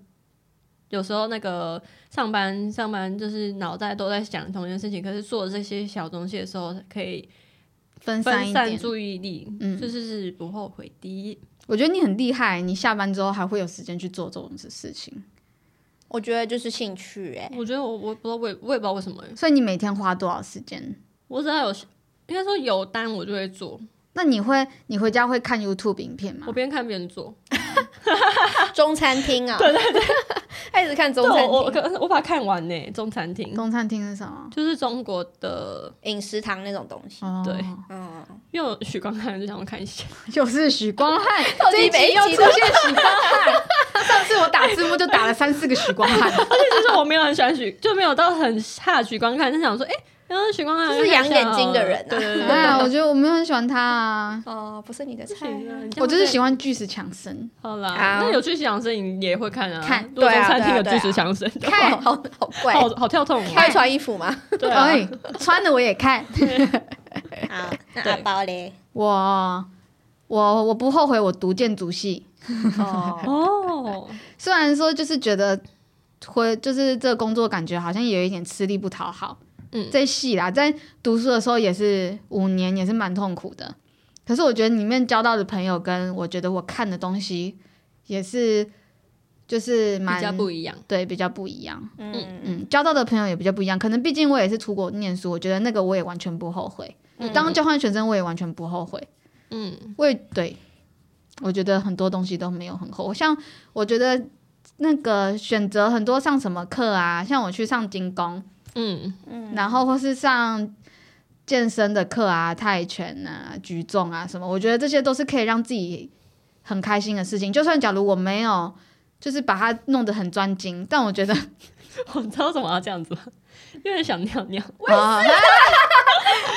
[SPEAKER 2] 有时候那个上班上班就是脑袋都在想同一件事情，可是做这些小东西的时候可以
[SPEAKER 3] 分散
[SPEAKER 2] 分
[SPEAKER 3] 一
[SPEAKER 2] 散
[SPEAKER 3] 点。
[SPEAKER 2] 注意力，
[SPEAKER 3] 嗯
[SPEAKER 2] 就是是不后悔第一。
[SPEAKER 3] 我觉得你很厉害，你下班之后还会有时间去做这种事情，
[SPEAKER 1] 我觉得就是兴趣哎，
[SPEAKER 2] 我觉得我我不知道为我也不知道为什么欸，
[SPEAKER 3] 所以你每天花多少时间？
[SPEAKER 2] 我只要有应该说有单我就会做，
[SPEAKER 3] 那你会你回家会看 YouTube 影片吗
[SPEAKER 2] 我？边看边做。
[SPEAKER 1] 中餐厅 啊，对对对， 他一直看中
[SPEAKER 2] 对
[SPEAKER 1] 餐
[SPEAKER 2] 我我
[SPEAKER 1] 厅、
[SPEAKER 2] 可我把它看完呢，中餐厅
[SPEAKER 3] 中餐厅是什么？
[SPEAKER 2] 就是中国的，
[SPEAKER 1] 饮食堂那种东西。
[SPEAKER 3] 哦
[SPEAKER 2] 对，
[SPEAKER 1] 嗯，
[SPEAKER 2] 因为我许光汉就想要看一下，
[SPEAKER 3] 又是许光汉，
[SPEAKER 1] 到底
[SPEAKER 3] 这一集
[SPEAKER 1] 每一
[SPEAKER 3] 又
[SPEAKER 1] 集
[SPEAKER 3] 出现许光汉。上次我打字幕就打了三四个许光
[SPEAKER 2] 而
[SPEAKER 3] 汉，
[SPEAKER 2] 且其实我没有很喜欢许，就没有到很怕许光汉，就想说哎，然后许光汉
[SPEAKER 1] 就是养眼睛的人啊
[SPEAKER 2] 对对对
[SPEAKER 3] 哎呀，我觉得我没有很喜欢他啊，
[SPEAKER 1] 哦，不是你的
[SPEAKER 2] 不
[SPEAKER 1] 菜、
[SPEAKER 2] 行啊
[SPEAKER 1] 啊。
[SPEAKER 2] 你这样
[SPEAKER 3] 我就是
[SPEAKER 2] 会
[SPEAKER 3] 喜欢巨石强森。
[SPEAKER 2] 好啦，
[SPEAKER 1] 好
[SPEAKER 2] 那有去养生你也会看啊，
[SPEAKER 3] 看
[SPEAKER 2] 如果
[SPEAKER 1] 对
[SPEAKER 2] 中
[SPEAKER 1] 啊
[SPEAKER 2] 餐厅有
[SPEAKER 1] 对啊对
[SPEAKER 2] 巨石
[SPEAKER 1] 啊
[SPEAKER 2] 强森 的
[SPEAKER 1] 看，
[SPEAKER 2] 话，
[SPEAKER 1] 好好怪，
[SPEAKER 2] 好好跳痛
[SPEAKER 1] 他
[SPEAKER 2] 哦，
[SPEAKER 1] 会穿衣服吗？
[SPEAKER 2] 对啊，
[SPEAKER 3] 哎，穿的我也看。
[SPEAKER 1] 好，那
[SPEAKER 2] 对
[SPEAKER 1] 阿包嘞？
[SPEAKER 3] 我我我不后悔我读建筑系，
[SPEAKER 1] 哦，
[SPEAKER 2] 哦，
[SPEAKER 3] 虽然说就是觉得会就是这个工作感觉好像有一点吃力不讨好，
[SPEAKER 2] 嗯
[SPEAKER 3] 这系啦，在读书的时候也是五年也是蛮痛苦的，可是我觉得里面交到的朋友跟我觉得我看的东西也是就是蛮
[SPEAKER 2] 比较不一样，
[SPEAKER 3] 对比较不一样，
[SPEAKER 1] 嗯
[SPEAKER 3] 嗯，交到的朋友也比较不一样，可能毕竟我也是出国念书，我觉得那个我也完全不后悔，
[SPEAKER 1] 嗯
[SPEAKER 3] 当交换学生我也完全不后悔。
[SPEAKER 2] 嗯，
[SPEAKER 3] 为对，我觉得很多东西都没有很后悔。像我觉得那个选择很多上什么课啊，像我去上精工，
[SPEAKER 2] 嗯，
[SPEAKER 3] 然后或是上健身的课啊、泰拳啊、举重啊什么，我觉得这些都是可以让自己很开心的事情。就算假如我没有。就是把它弄得很专精，但我觉得
[SPEAKER 2] 我知道为什么要这样子吗？因为想尿 尿。
[SPEAKER 3] 啊，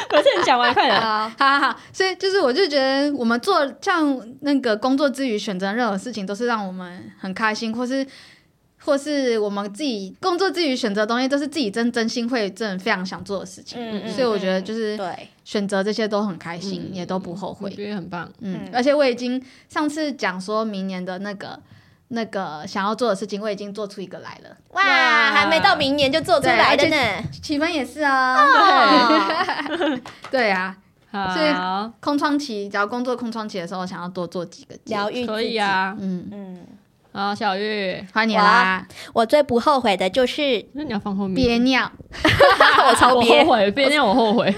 [SPEAKER 2] 可是你讲完快 点，
[SPEAKER 1] 啊，
[SPEAKER 3] 好好好，所以就是我就觉得我们做像那个工作之余选择任何事情，都是让我们很开心，或是或是我们自己工作之余选择的东西，都是自己真真心会真的非常想做的事情。
[SPEAKER 1] 嗯
[SPEAKER 3] 所以我觉得就
[SPEAKER 1] 嗯
[SPEAKER 3] 是
[SPEAKER 1] 对，
[SPEAKER 3] 选择这些都很开心，
[SPEAKER 2] 嗯
[SPEAKER 3] 也都不后
[SPEAKER 2] 我
[SPEAKER 3] 悔。
[SPEAKER 2] 觉得 很棒。
[SPEAKER 3] 嗯，
[SPEAKER 1] 嗯
[SPEAKER 3] 而且我已经上次讲说明年的那个。那个想要做的事情，我已经做出一个来了。
[SPEAKER 1] 哇，还没到明年就做出来的呢。
[SPEAKER 3] 启芬也是啊，
[SPEAKER 1] 哦
[SPEAKER 3] 对啊，所以
[SPEAKER 2] 好，
[SPEAKER 3] 空窗期，只要工作空窗期的时候，想要多做几个计划
[SPEAKER 1] 疗愈
[SPEAKER 2] 可以
[SPEAKER 1] 自
[SPEAKER 2] 啊。
[SPEAKER 3] 嗯，
[SPEAKER 1] 己。嗯，
[SPEAKER 2] 好，啊小玉，
[SPEAKER 3] 欢迎啦！
[SPEAKER 1] 我最不后悔的就是
[SPEAKER 2] 那你要放后
[SPEAKER 1] 嗯
[SPEAKER 2] 面。
[SPEAKER 3] 憋尿，
[SPEAKER 1] 我超
[SPEAKER 2] 我
[SPEAKER 1] 憋
[SPEAKER 2] 后悔，别让我后悔。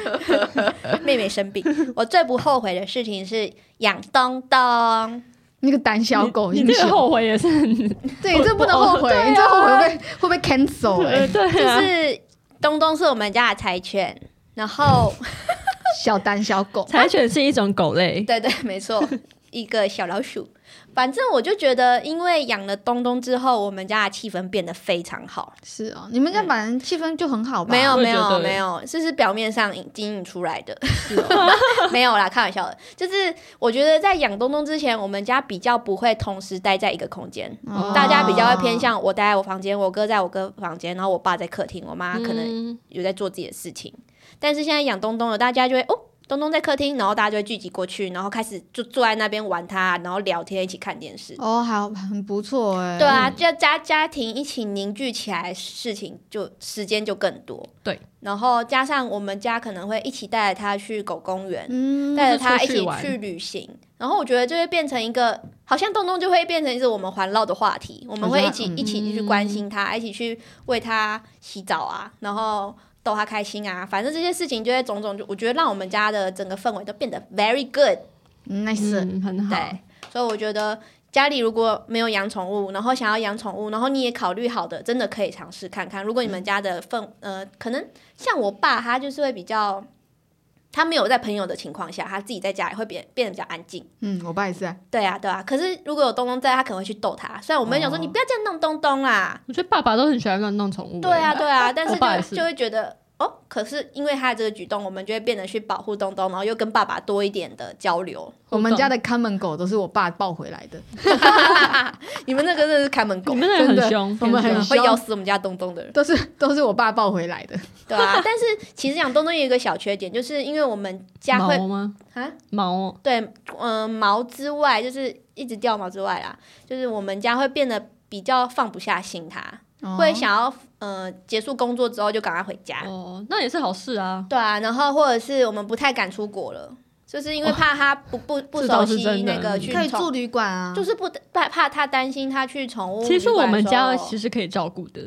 [SPEAKER 1] 妹妹生病。我最不后悔的事情是养东 东。
[SPEAKER 3] 那个胆小狗
[SPEAKER 2] 你
[SPEAKER 3] 英
[SPEAKER 2] 这个
[SPEAKER 3] 雄，
[SPEAKER 2] 后悔也是很
[SPEAKER 3] 对，这不能
[SPEAKER 1] 哦
[SPEAKER 3] 后悔，
[SPEAKER 1] 啊
[SPEAKER 3] 你这后悔会被会被 cancel 哎、
[SPEAKER 2] 对
[SPEAKER 1] 就
[SPEAKER 2] 啊。
[SPEAKER 1] 是东东是我们家的柴犬，然后
[SPEAKER 3] 小胆小狗，
[SPEAKER 2] 柴犬是一种狗类，
[SPEAKER 1] 对对，没错，一个小老鼠。反正我就觉得，因为养了东东之后，我们家的气氛变得非常好。
[SPEAKER 3] 是哦，你们家反正气氛就很好吧？
[SPEAKER 1] 没有
[SPEAKER 2] 我也
[SPEAKER 1] 没
[SPEAKER 2] 觉
[SPEAKER 1] 有
[SPEAKER 2] 得
[SPEAKER 1] 没有，这是表面上经营出来的，
[SPEAKER 3] 是哦，
[SPEAKER 1] 没有啦，开玩笑的。就是我觉得在养东东之前，我们家比较不会同时待在一个空间，
[SPEAKER 3] 哦
[SPEAKER 1] 大家比较会偏向我待在我房间，我哥在我哥房间，啊然后我爸在客厅，我妈可能
[SPEAKER 2] 能
[SPEAKER 1] 有在做自己的事情。但是现在养东东了，大家就会哦，东东在客厅，然后大家就会聚集过去，然后开始就坐在那边玩他，然后聊天，一起看电视。
[SPEAKER 3] 哦，还很不错哎、
[SPEAKER 1] 对
[SPEAKER 2] 嗯
[SPEAKER 1] 啊，就家家庭一起凝聚起来，事情就时间就更多。
[SPEAKER 2] 对，
[SPEAKER 1] 然后加上我们家可能会一起带着他去狗公园，
[SPEAKER 3] 嗯，
[SPEAKER 1] 带着他一
[SPEAKER 2] 出去
[SPEAKER 1] 起
[SPEAKER 2] 玩
[SPEAKER 1] 去旅行，然后我觉得就会变成一个，好像东东就会变成是我们环绕的话题，我们会一起、
[SPEAKER 3] 嗯
[SPEAKER 1] 一起去关心他，一起去为他洗澡啊，然后逗他开心啊，反正这些事情就会种种，就我觉得让我们家的整个氛围都变得 very good，
[SPEAKER 3] 嗯 nice，、
[SPEAKER 2] 嗯，很好。
[SPEAKER 1] 对，所以我觉得。家里如果没有养宠物，然后想要养宠物，然后你也考虑好的，真的可以尝试看看。如果你们家的氛呃，可能像我爸，他就是会比较，他没有在朋友的情况下，他自己在家里会变变得比较安静。
[SPEAKER 3] 嗯，我爸也是啊，
[SPEAKER 1] 对啊，对啊。可是如果有东东在，他可能会去逗他。虽然我们讲说、
[SPEAKER 3] 哦
[SPEAKER 1] 你不要这样弄东东啦，
[SPEAKER 2] 我觉得爸爸都很喜欢乱弄宠物、
[SPEAKER 1] 对啊，
[SPEAKER 2] 欸，
[SPEAKER 1] 对啊，但是
[SPEAKER 2] 我爸也
[SPEAKER 1] 就是就会觉得哦，可是因为他的这个举动，我们就会变得去保护东东，然后又跟爸爸多一点的交流。
[SPEAKER 3] 我们家
[SPEAKER 2] 的
[SPEAKER 3] 的看门狗都是我爸抱回来的，
[SPEAKER 1] 你们那个真的是看门狗
[SPEAKER 2] 你。们那个
[SPEAKER 3] 真的
[SPEAKER 2] 很凶，
[SPEAKER 3] 我们很
[SPEAKER 2] 凶
[SPEAKER 1] 会咬死我们家东东的人，
[SPEAKER 3] 都是都是我爸抱 回来的。
[SPEAKER 1] 对 啊。但是其实养东东有一个小缺点，就是因为我们家会
[SPEAKER 2] 毛吗？
[SPEAKER 1] 啊，
[SPEAKER 2] 毛哦
[SPEAKER 1] 对，嗯、毛之外，就是一直掉毛之外啦，就是我们家会变得比较放不下心他，
[SPEAKER 3] 哦
[SPEAKER 1] 会想要呃结束工作之后就赶快回家，
[SPEAKER 2] 哦，那也是好事啊。
[SPEAKER 1] 对啊，然后或者是我们不太敢出国了，就是因为怕他不不不熟
[SPEAKER 2] 这倒是
[SPEAKER 1] 悉
[SPEAKER 2] 真的嗯
[SPEAKER 1] 那个去
[SPEAKER 3] 可以
[SPEAKER 1] 宠
[SPEAKER 3] 住旅馆啊，
[SPEAKER 1] 就是不怕怕他担心他去宠物旅馆
[SPEAKER 2] 其
[SPEAKER 1] 的时候。
[SPEAKER 2] 实我们家其实可以照顾的，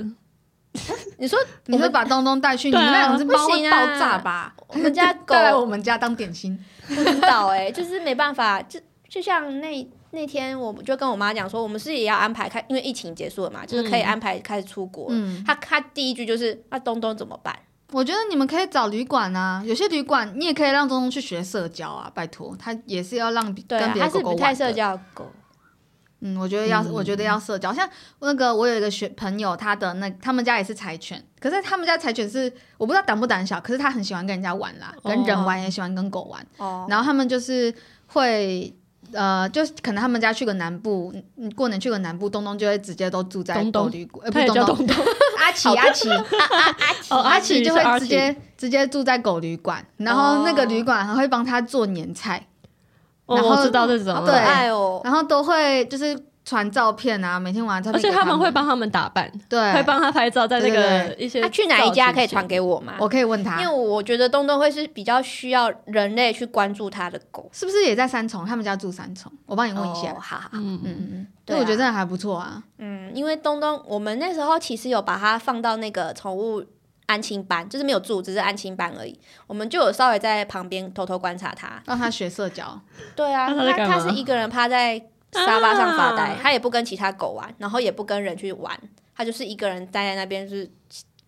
[SPEAKER 1] 你说
[SPEAKER 3] 你会把东东带去，你
[SPEAKER 2] 对啊
[SPEAKER 3] 们那两只猫
[SPEAKER 1] 不
[SPEAKER 3] 会
[SPEAKER 1] 行
[SPEAKER 3] 爆
[SPEAKER 1] 啊
[SPEAKER 3] 炸吧？
[SPEAKER 1] 我们 家狗
[SPEAKER 3] 带来我们家当点心，
[SPEAKER 1] 不知道哎、 就是没办法，就就像那那天我就跟我妈讲说，我们是也要安排开，因为疫情结束了嘛，就是可以安排开始出国。
[SPEAKER 3] 嗯，
[SPEAKER 1] 他他第一句就是那东东怎么办？
[SPEAKER 3] 我觉得你们可以找旅馆啊，有些旅馆你也可以让东东去学社交啊，拜托，他也是要让比
[SPEAKER 1] 对、
[SPEAKER 3] 跟
[SPEAKER 1] 啊，
[SPEAKER 3] 别
[SPEAKER 1] 他
[SPEAKER 3] 的
[SPEAKER 1] 是
[SPEAKER 3] 狗狗
[SPEAKER 1] 不
[SPEAKER 3] 玩
[SPEAKER 1] 太
[SPEAKER 3] 的
[SPEAKER 1] 社交的狗，
[SPEAKER 3] 嗯，我觉得要，我觉得要社交。像那个，我有一个学朋友，他的那他们家也是柴犬，可是他们家柴犬是我不知道胆不胆小，可是他很喜欢跟人家玩啦，跟人玩也喜欢跟狗玩。
[SPEAKER 1] 哦，
[SPEAKER 3] 然后他们就是会，呃，就是可能他们家去个南部，嗯过年去个南部，东东就会直接都住在
[SPEAKER 2] 东东
[SPEAKER 3] 狗旅馆，呃，不
[SPEAKER 2] 他也
[SPEAKER 3] 是东
[SPEAKER 2] 叫
[SPEAKER 3] 东，
[SPEAKER 2] 东东。
[SPEAKER 3] 阿奇阿奇
[SPEAKER 2] 哦，
[SPEAKER 3] 阿
[SPEAKER 2] 奇
[SPEAKER 3] 奇
[SPEAKER 2] 是
[SPEAKER 3] 就会
[SPEAKER 2] 阿
[SPEAKER 3] 直
[SPEAKER 2] 奇
[SPEAKER 3] 接直接住在狗旅馆，然后那个旅馆还会帮他做年菜，
[SPEAKER 2] 哦
[SPEAKER 3] 然后
[SPEAKER 2] 我知道这种
[SPEAKER 1] 好
[SPEAKER 2] 了，
[SPEAKER 1] 可
[SPEAKER 3] 对
[SPEAKER 1] 爱哦。
[SPEAKER 3] 然后都会就是传照片啊，每天晚上
[SPEAKER 2] 而且
[SPEAKER 3] 他
[SPEAKER 2] 他们会帮他们打扮，
[SPEAKER 3] 对
[SPEAKER 2] 会帮他拍照，在那
[SPEAKER 3] 对
[SPEAKER 2] 个一些
[SPEAKER 1] 他去哪一家可以传
[SPEAKER 2] 传
[SPEAKER 1] 给我吗？
[SPEAKER 3] 我可以问他
[SPEAKER 1] 因为，我觉得东东会是比较需要人类去关注他的狗。
[SPEAKER 3] 是不是也在三重？他们家住三重，我帮你问一下
[SPEAKER 1] 哦。好好，
[SPEAKER 2] 嗯
[SPEAKER 3] 嗯
[SPEAKER 2] 嗯，
[SPEAKER 3] 嗯嗯，
[SPEAKER 1] 对
[SPEAKER 3] 对，
[SPEAKER 1] 啊
[SPEAKER 3] 我觉得真的还不错啊。
[SPEAKER 1] 嗯，因为东东，我们那时候其实有把它放到那个宠物安亲班，就是没有住，只是安亲班而已。我们就有稍微在旁边偷偷观察它。
[SPEAKER 3] 让他学社交，
[SPEAKER 1] 对啊，
[SPEAKER 2] 那它在
[SPEAKER 1] 它
[SPEAKER 2] 干
[SPEAKER 1] 它
[SPEAKER 2] 嘛
[SPEAKER 1] 是一个人趴在沙发上发呆
[SPEAKER 2] 啊，
[SPEAKER 1] 它、也不跟其他狗玩，然后也不跟人去玩，它就是一个人待在那边，就是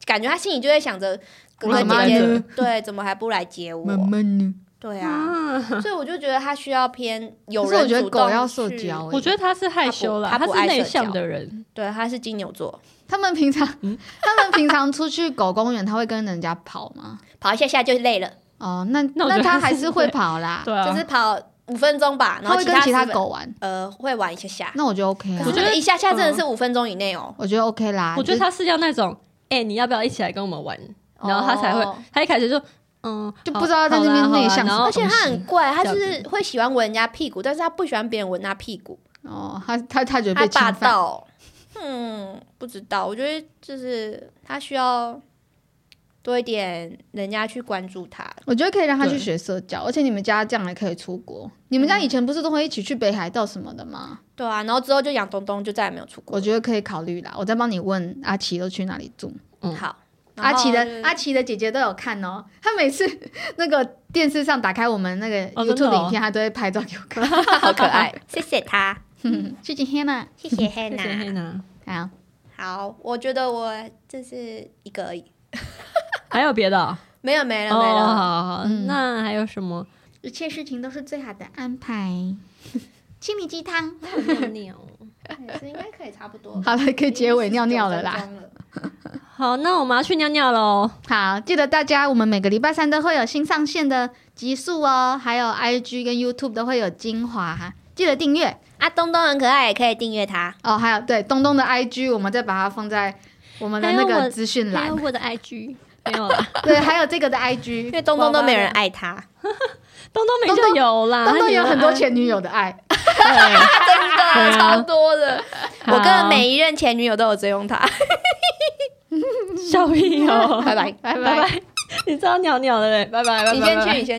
[SPEAKER 1] 感觉它心里就在想着哥
[SPEAKER 3] 我
[SPEAKER 1] 哥
[SPEAKER 3] 怎么
[SPEAKER 1] 姐
[SPEAKER 3] 还
[SPEAKER 1] 姐
[SPEAKER 3] 呢，
[SPEAKER 1] 对，怎么还不来接我？
[SPEAKER 3] 闷呢。
[SPEAKER 1] 对啊，
[SPEAKER 2] 啊，
[SPEAKER 1] 所以我就觉得它需要偏有
[SPEAKER 3] 可是我
[SPEAKER 1] 人
[SPEAKER 3] 觉
[SPEAKER 1] 主
[SPEAKER 3] 得狗
[SPEAKER 1] 动
[SPEAKER 3] 要社
[SPEAKER 1] 去
[SPEAKER 3] 交，欸
[SPEAKER 2] 我觉
[SPEAKER 3] 得
[SPEAKER 2] 得他是害羞了，
[SPEAKER 1] 他不
[SPEAKER 2] 是
[SPEAKER 1] 他不爱
[SPEAKER 2] 内
[SPEAKER 1] 社交
[SPEAKER 2] 向的人，
[SPEAKER 1] 对，它是金牛座，
[SPEAKER 3] 他们平常他们平常出去狗公园，他会跟人家跑吗？
[SPEAKER 1] 跑一下下就累了。
[SPEAKER 3] 哦，那
[SPEAKER 2] 那我觉
[SPEAKER 3] 那
[SPEAKER 2] 得
[SPEAKER 3] 他
[SPEAKER 2] 他
[SPEAKER 3] 还
[SPEAKER 2] 是
[SPEAKER 3] 是会
[SPEAKER 2] 对
[SPEAKER 3] 跑啦，
[SPEAKER 2] 对啊，
[SPEAKER 1] 就是跑五分钟吧，然
[SPEAKER 3] 他
[SPEAKER 1] 后
[SPEAKER 3] 会跟其
[SPEAKER 1] 他
[SPEAKER 3] 他
[SPEAKER 1] 十分
[SPEAKER 3] 狗玩，
[SPEAKER 1] 呃会玩一下下，
[SPEAKER 3] 那我觉得 OK
[SPEAKER 1] 可
[SPEAKER 3] 啊
[SPEAKER 1] 是。
[SPEAKER 2] 我觉得
[SPEAKER 1] 那个一下下真的是五分钟以内哦。
[SPEAKER 3] 我觉得 OK 啦，
[SPEAKER 2] 我觉
[SPEAKER 3] 就
[SPEAKER 2] 得他是要那种，哎，你要不要一起来跟我们玩？然后他才
[SPEAKER 1] 哦
[SPEAKER 2] 会，他一开始就嗯，
[SPEAKER 3] 就
[SPEAKER 2] 好
[SPEAKER 3] 不知道在那边
[SPEAKER 2] 好啦
[SPEAKER 3] 内向
[SPEAKER 2] 好啦然后
[SPEAKER 1] 而且他很怪，他
[SPEAKER 2] 这
[SPEAKER 1] 就
[SPEAKER 2] 样子
[SPEAKER 1] 是会喜欢闻人家屁股，但是他不喜欢别人闻他屁股，
[SPEAKER 3] 哦，他他他觉得
[SPEAKER 1] 他
[SPEAKER 3] 被侵
[SPEAKER 1] 霸
[SPEAKER 3] 犯，
[SPEAKER 1] 道。嗯，不知道，我觉得就是他需要多一点人家去关注他。
[SPEAKER 3] 我觉得可以让他去
[SPEAKER 2] 对
[SPEAKER 3] 学社交，而且你们家这样还可以出国。你们家以前不是都会一起去北海道什么的吗？
[SPEAKER 1] 对啊，然后之后就养东东，就再也没有出
[SPEAKER 3] 我
[SPEAKER 1] 国。
[SPEAKER 3] 觉得可以考虑啦，我再帮你问阿奇都去哪里住。
[SPEAKER 2] 嗯
[SPEAKER 1] 好，然
[SPEAKER 3] 阿
[SPEAKER 1] 后
[SPEAKER 3] 奇
[SPEAKER 1] 就是
[SPEAKER 3] 的阿奇的姐姐都有看哦，她每次 那个电视上打开我们那个
[SPEAKER 2] 哦真的
[SPEAKER 3] YouTube 的
[SPEAKER 2] 哦
[SPEAKER 3] 影片，她都会拍照给我看。
[SPEAKER 1] 好可爱， 谢谢他，
[SPEAKER 3] 谢谢 Hannah，
[SPEAKER 1] 谢谢
[SPEAKER 2] 谢谢
[SPEAKER 1] Hannah。
[SPEAKER 2] Hannah
[SPEAKER 3] 好，
[SPEAKER 1] 啊好，我觉得我这是一个而已，
[SPEAKER 2] 还有别的哦？
[SPEAKER 1] 没有没
[SPEAKER 2] 哦，
[SPEAKER 1] 了没
[SPEAKER 2] 好
[SPEAKER 1] 了。
[SPEAKER 2] 好好，
[SPEAKER 3] 嗯
[SPEAKER 2] 那还有什么？
[SPEAKER 3] 一切事情都是最好的安排。青米鸡汤，
[SPEAKER 1] 应该可以差不多。
[SPEAKER 3] 好了，可以结尾尿尿了啦。。
[SPEAKER 2] 好，那我们要去尿尿喽。
[SPEAKER 3] 好，记得大家，我们每个礼拜三都会有新上线的集数哦，还有 IG 跟 YouTube 都会有精华哈，记得订阅
[SPEAKER 1] 啊，东东很可爱，也可以订阅他。
[SPEAKER 3] 哦。还有对东东的 IG，我们再把它放在我们的那
[SPEAKER 2] 还有
[SPEAKER 3] 个
[SPEAKER 2] 我
[SPEAKER 3] 资讯
[SPEAKER 2] 还有
[SPEAKER 3] 栏。
[SPEAKER 2] 我的 IG，没有啦，
[SPEAKER 3] 对，还有这个的
[SPEAKER 1] 因
[SPEAKER 3] IG，
[SPEAKER 1] 为东东都没有人爱他，
[SPEAKER 2] 东东没就啊有啦，
[SPEAKER 3] 东东有
[SPEAKER 2] 他
[SPEAKER 3] 很多前女友的爱，
[SPEAKER 2] 对，
[SPEAKER 1] 真的超多的。我跟
[SPEAKER 2] 好
[SPEAKER 1] 每一任前女友都有追踪他。
[SPEAKER 2] 笑屁哦，
[SPEAKER 1] 拜拜，
[SPEAKER 3] 拜
[SPEAKER 2] 拜
[SPEAKER 3] 拜。
[SPEAKER 2] 哦 拜，你知道鸟鸟的嘞，拜拜，拜拜
[SPEAKER 1] 你先
[SPEAKER 2] 拜拜
[SPEAKER 1] 去，你先。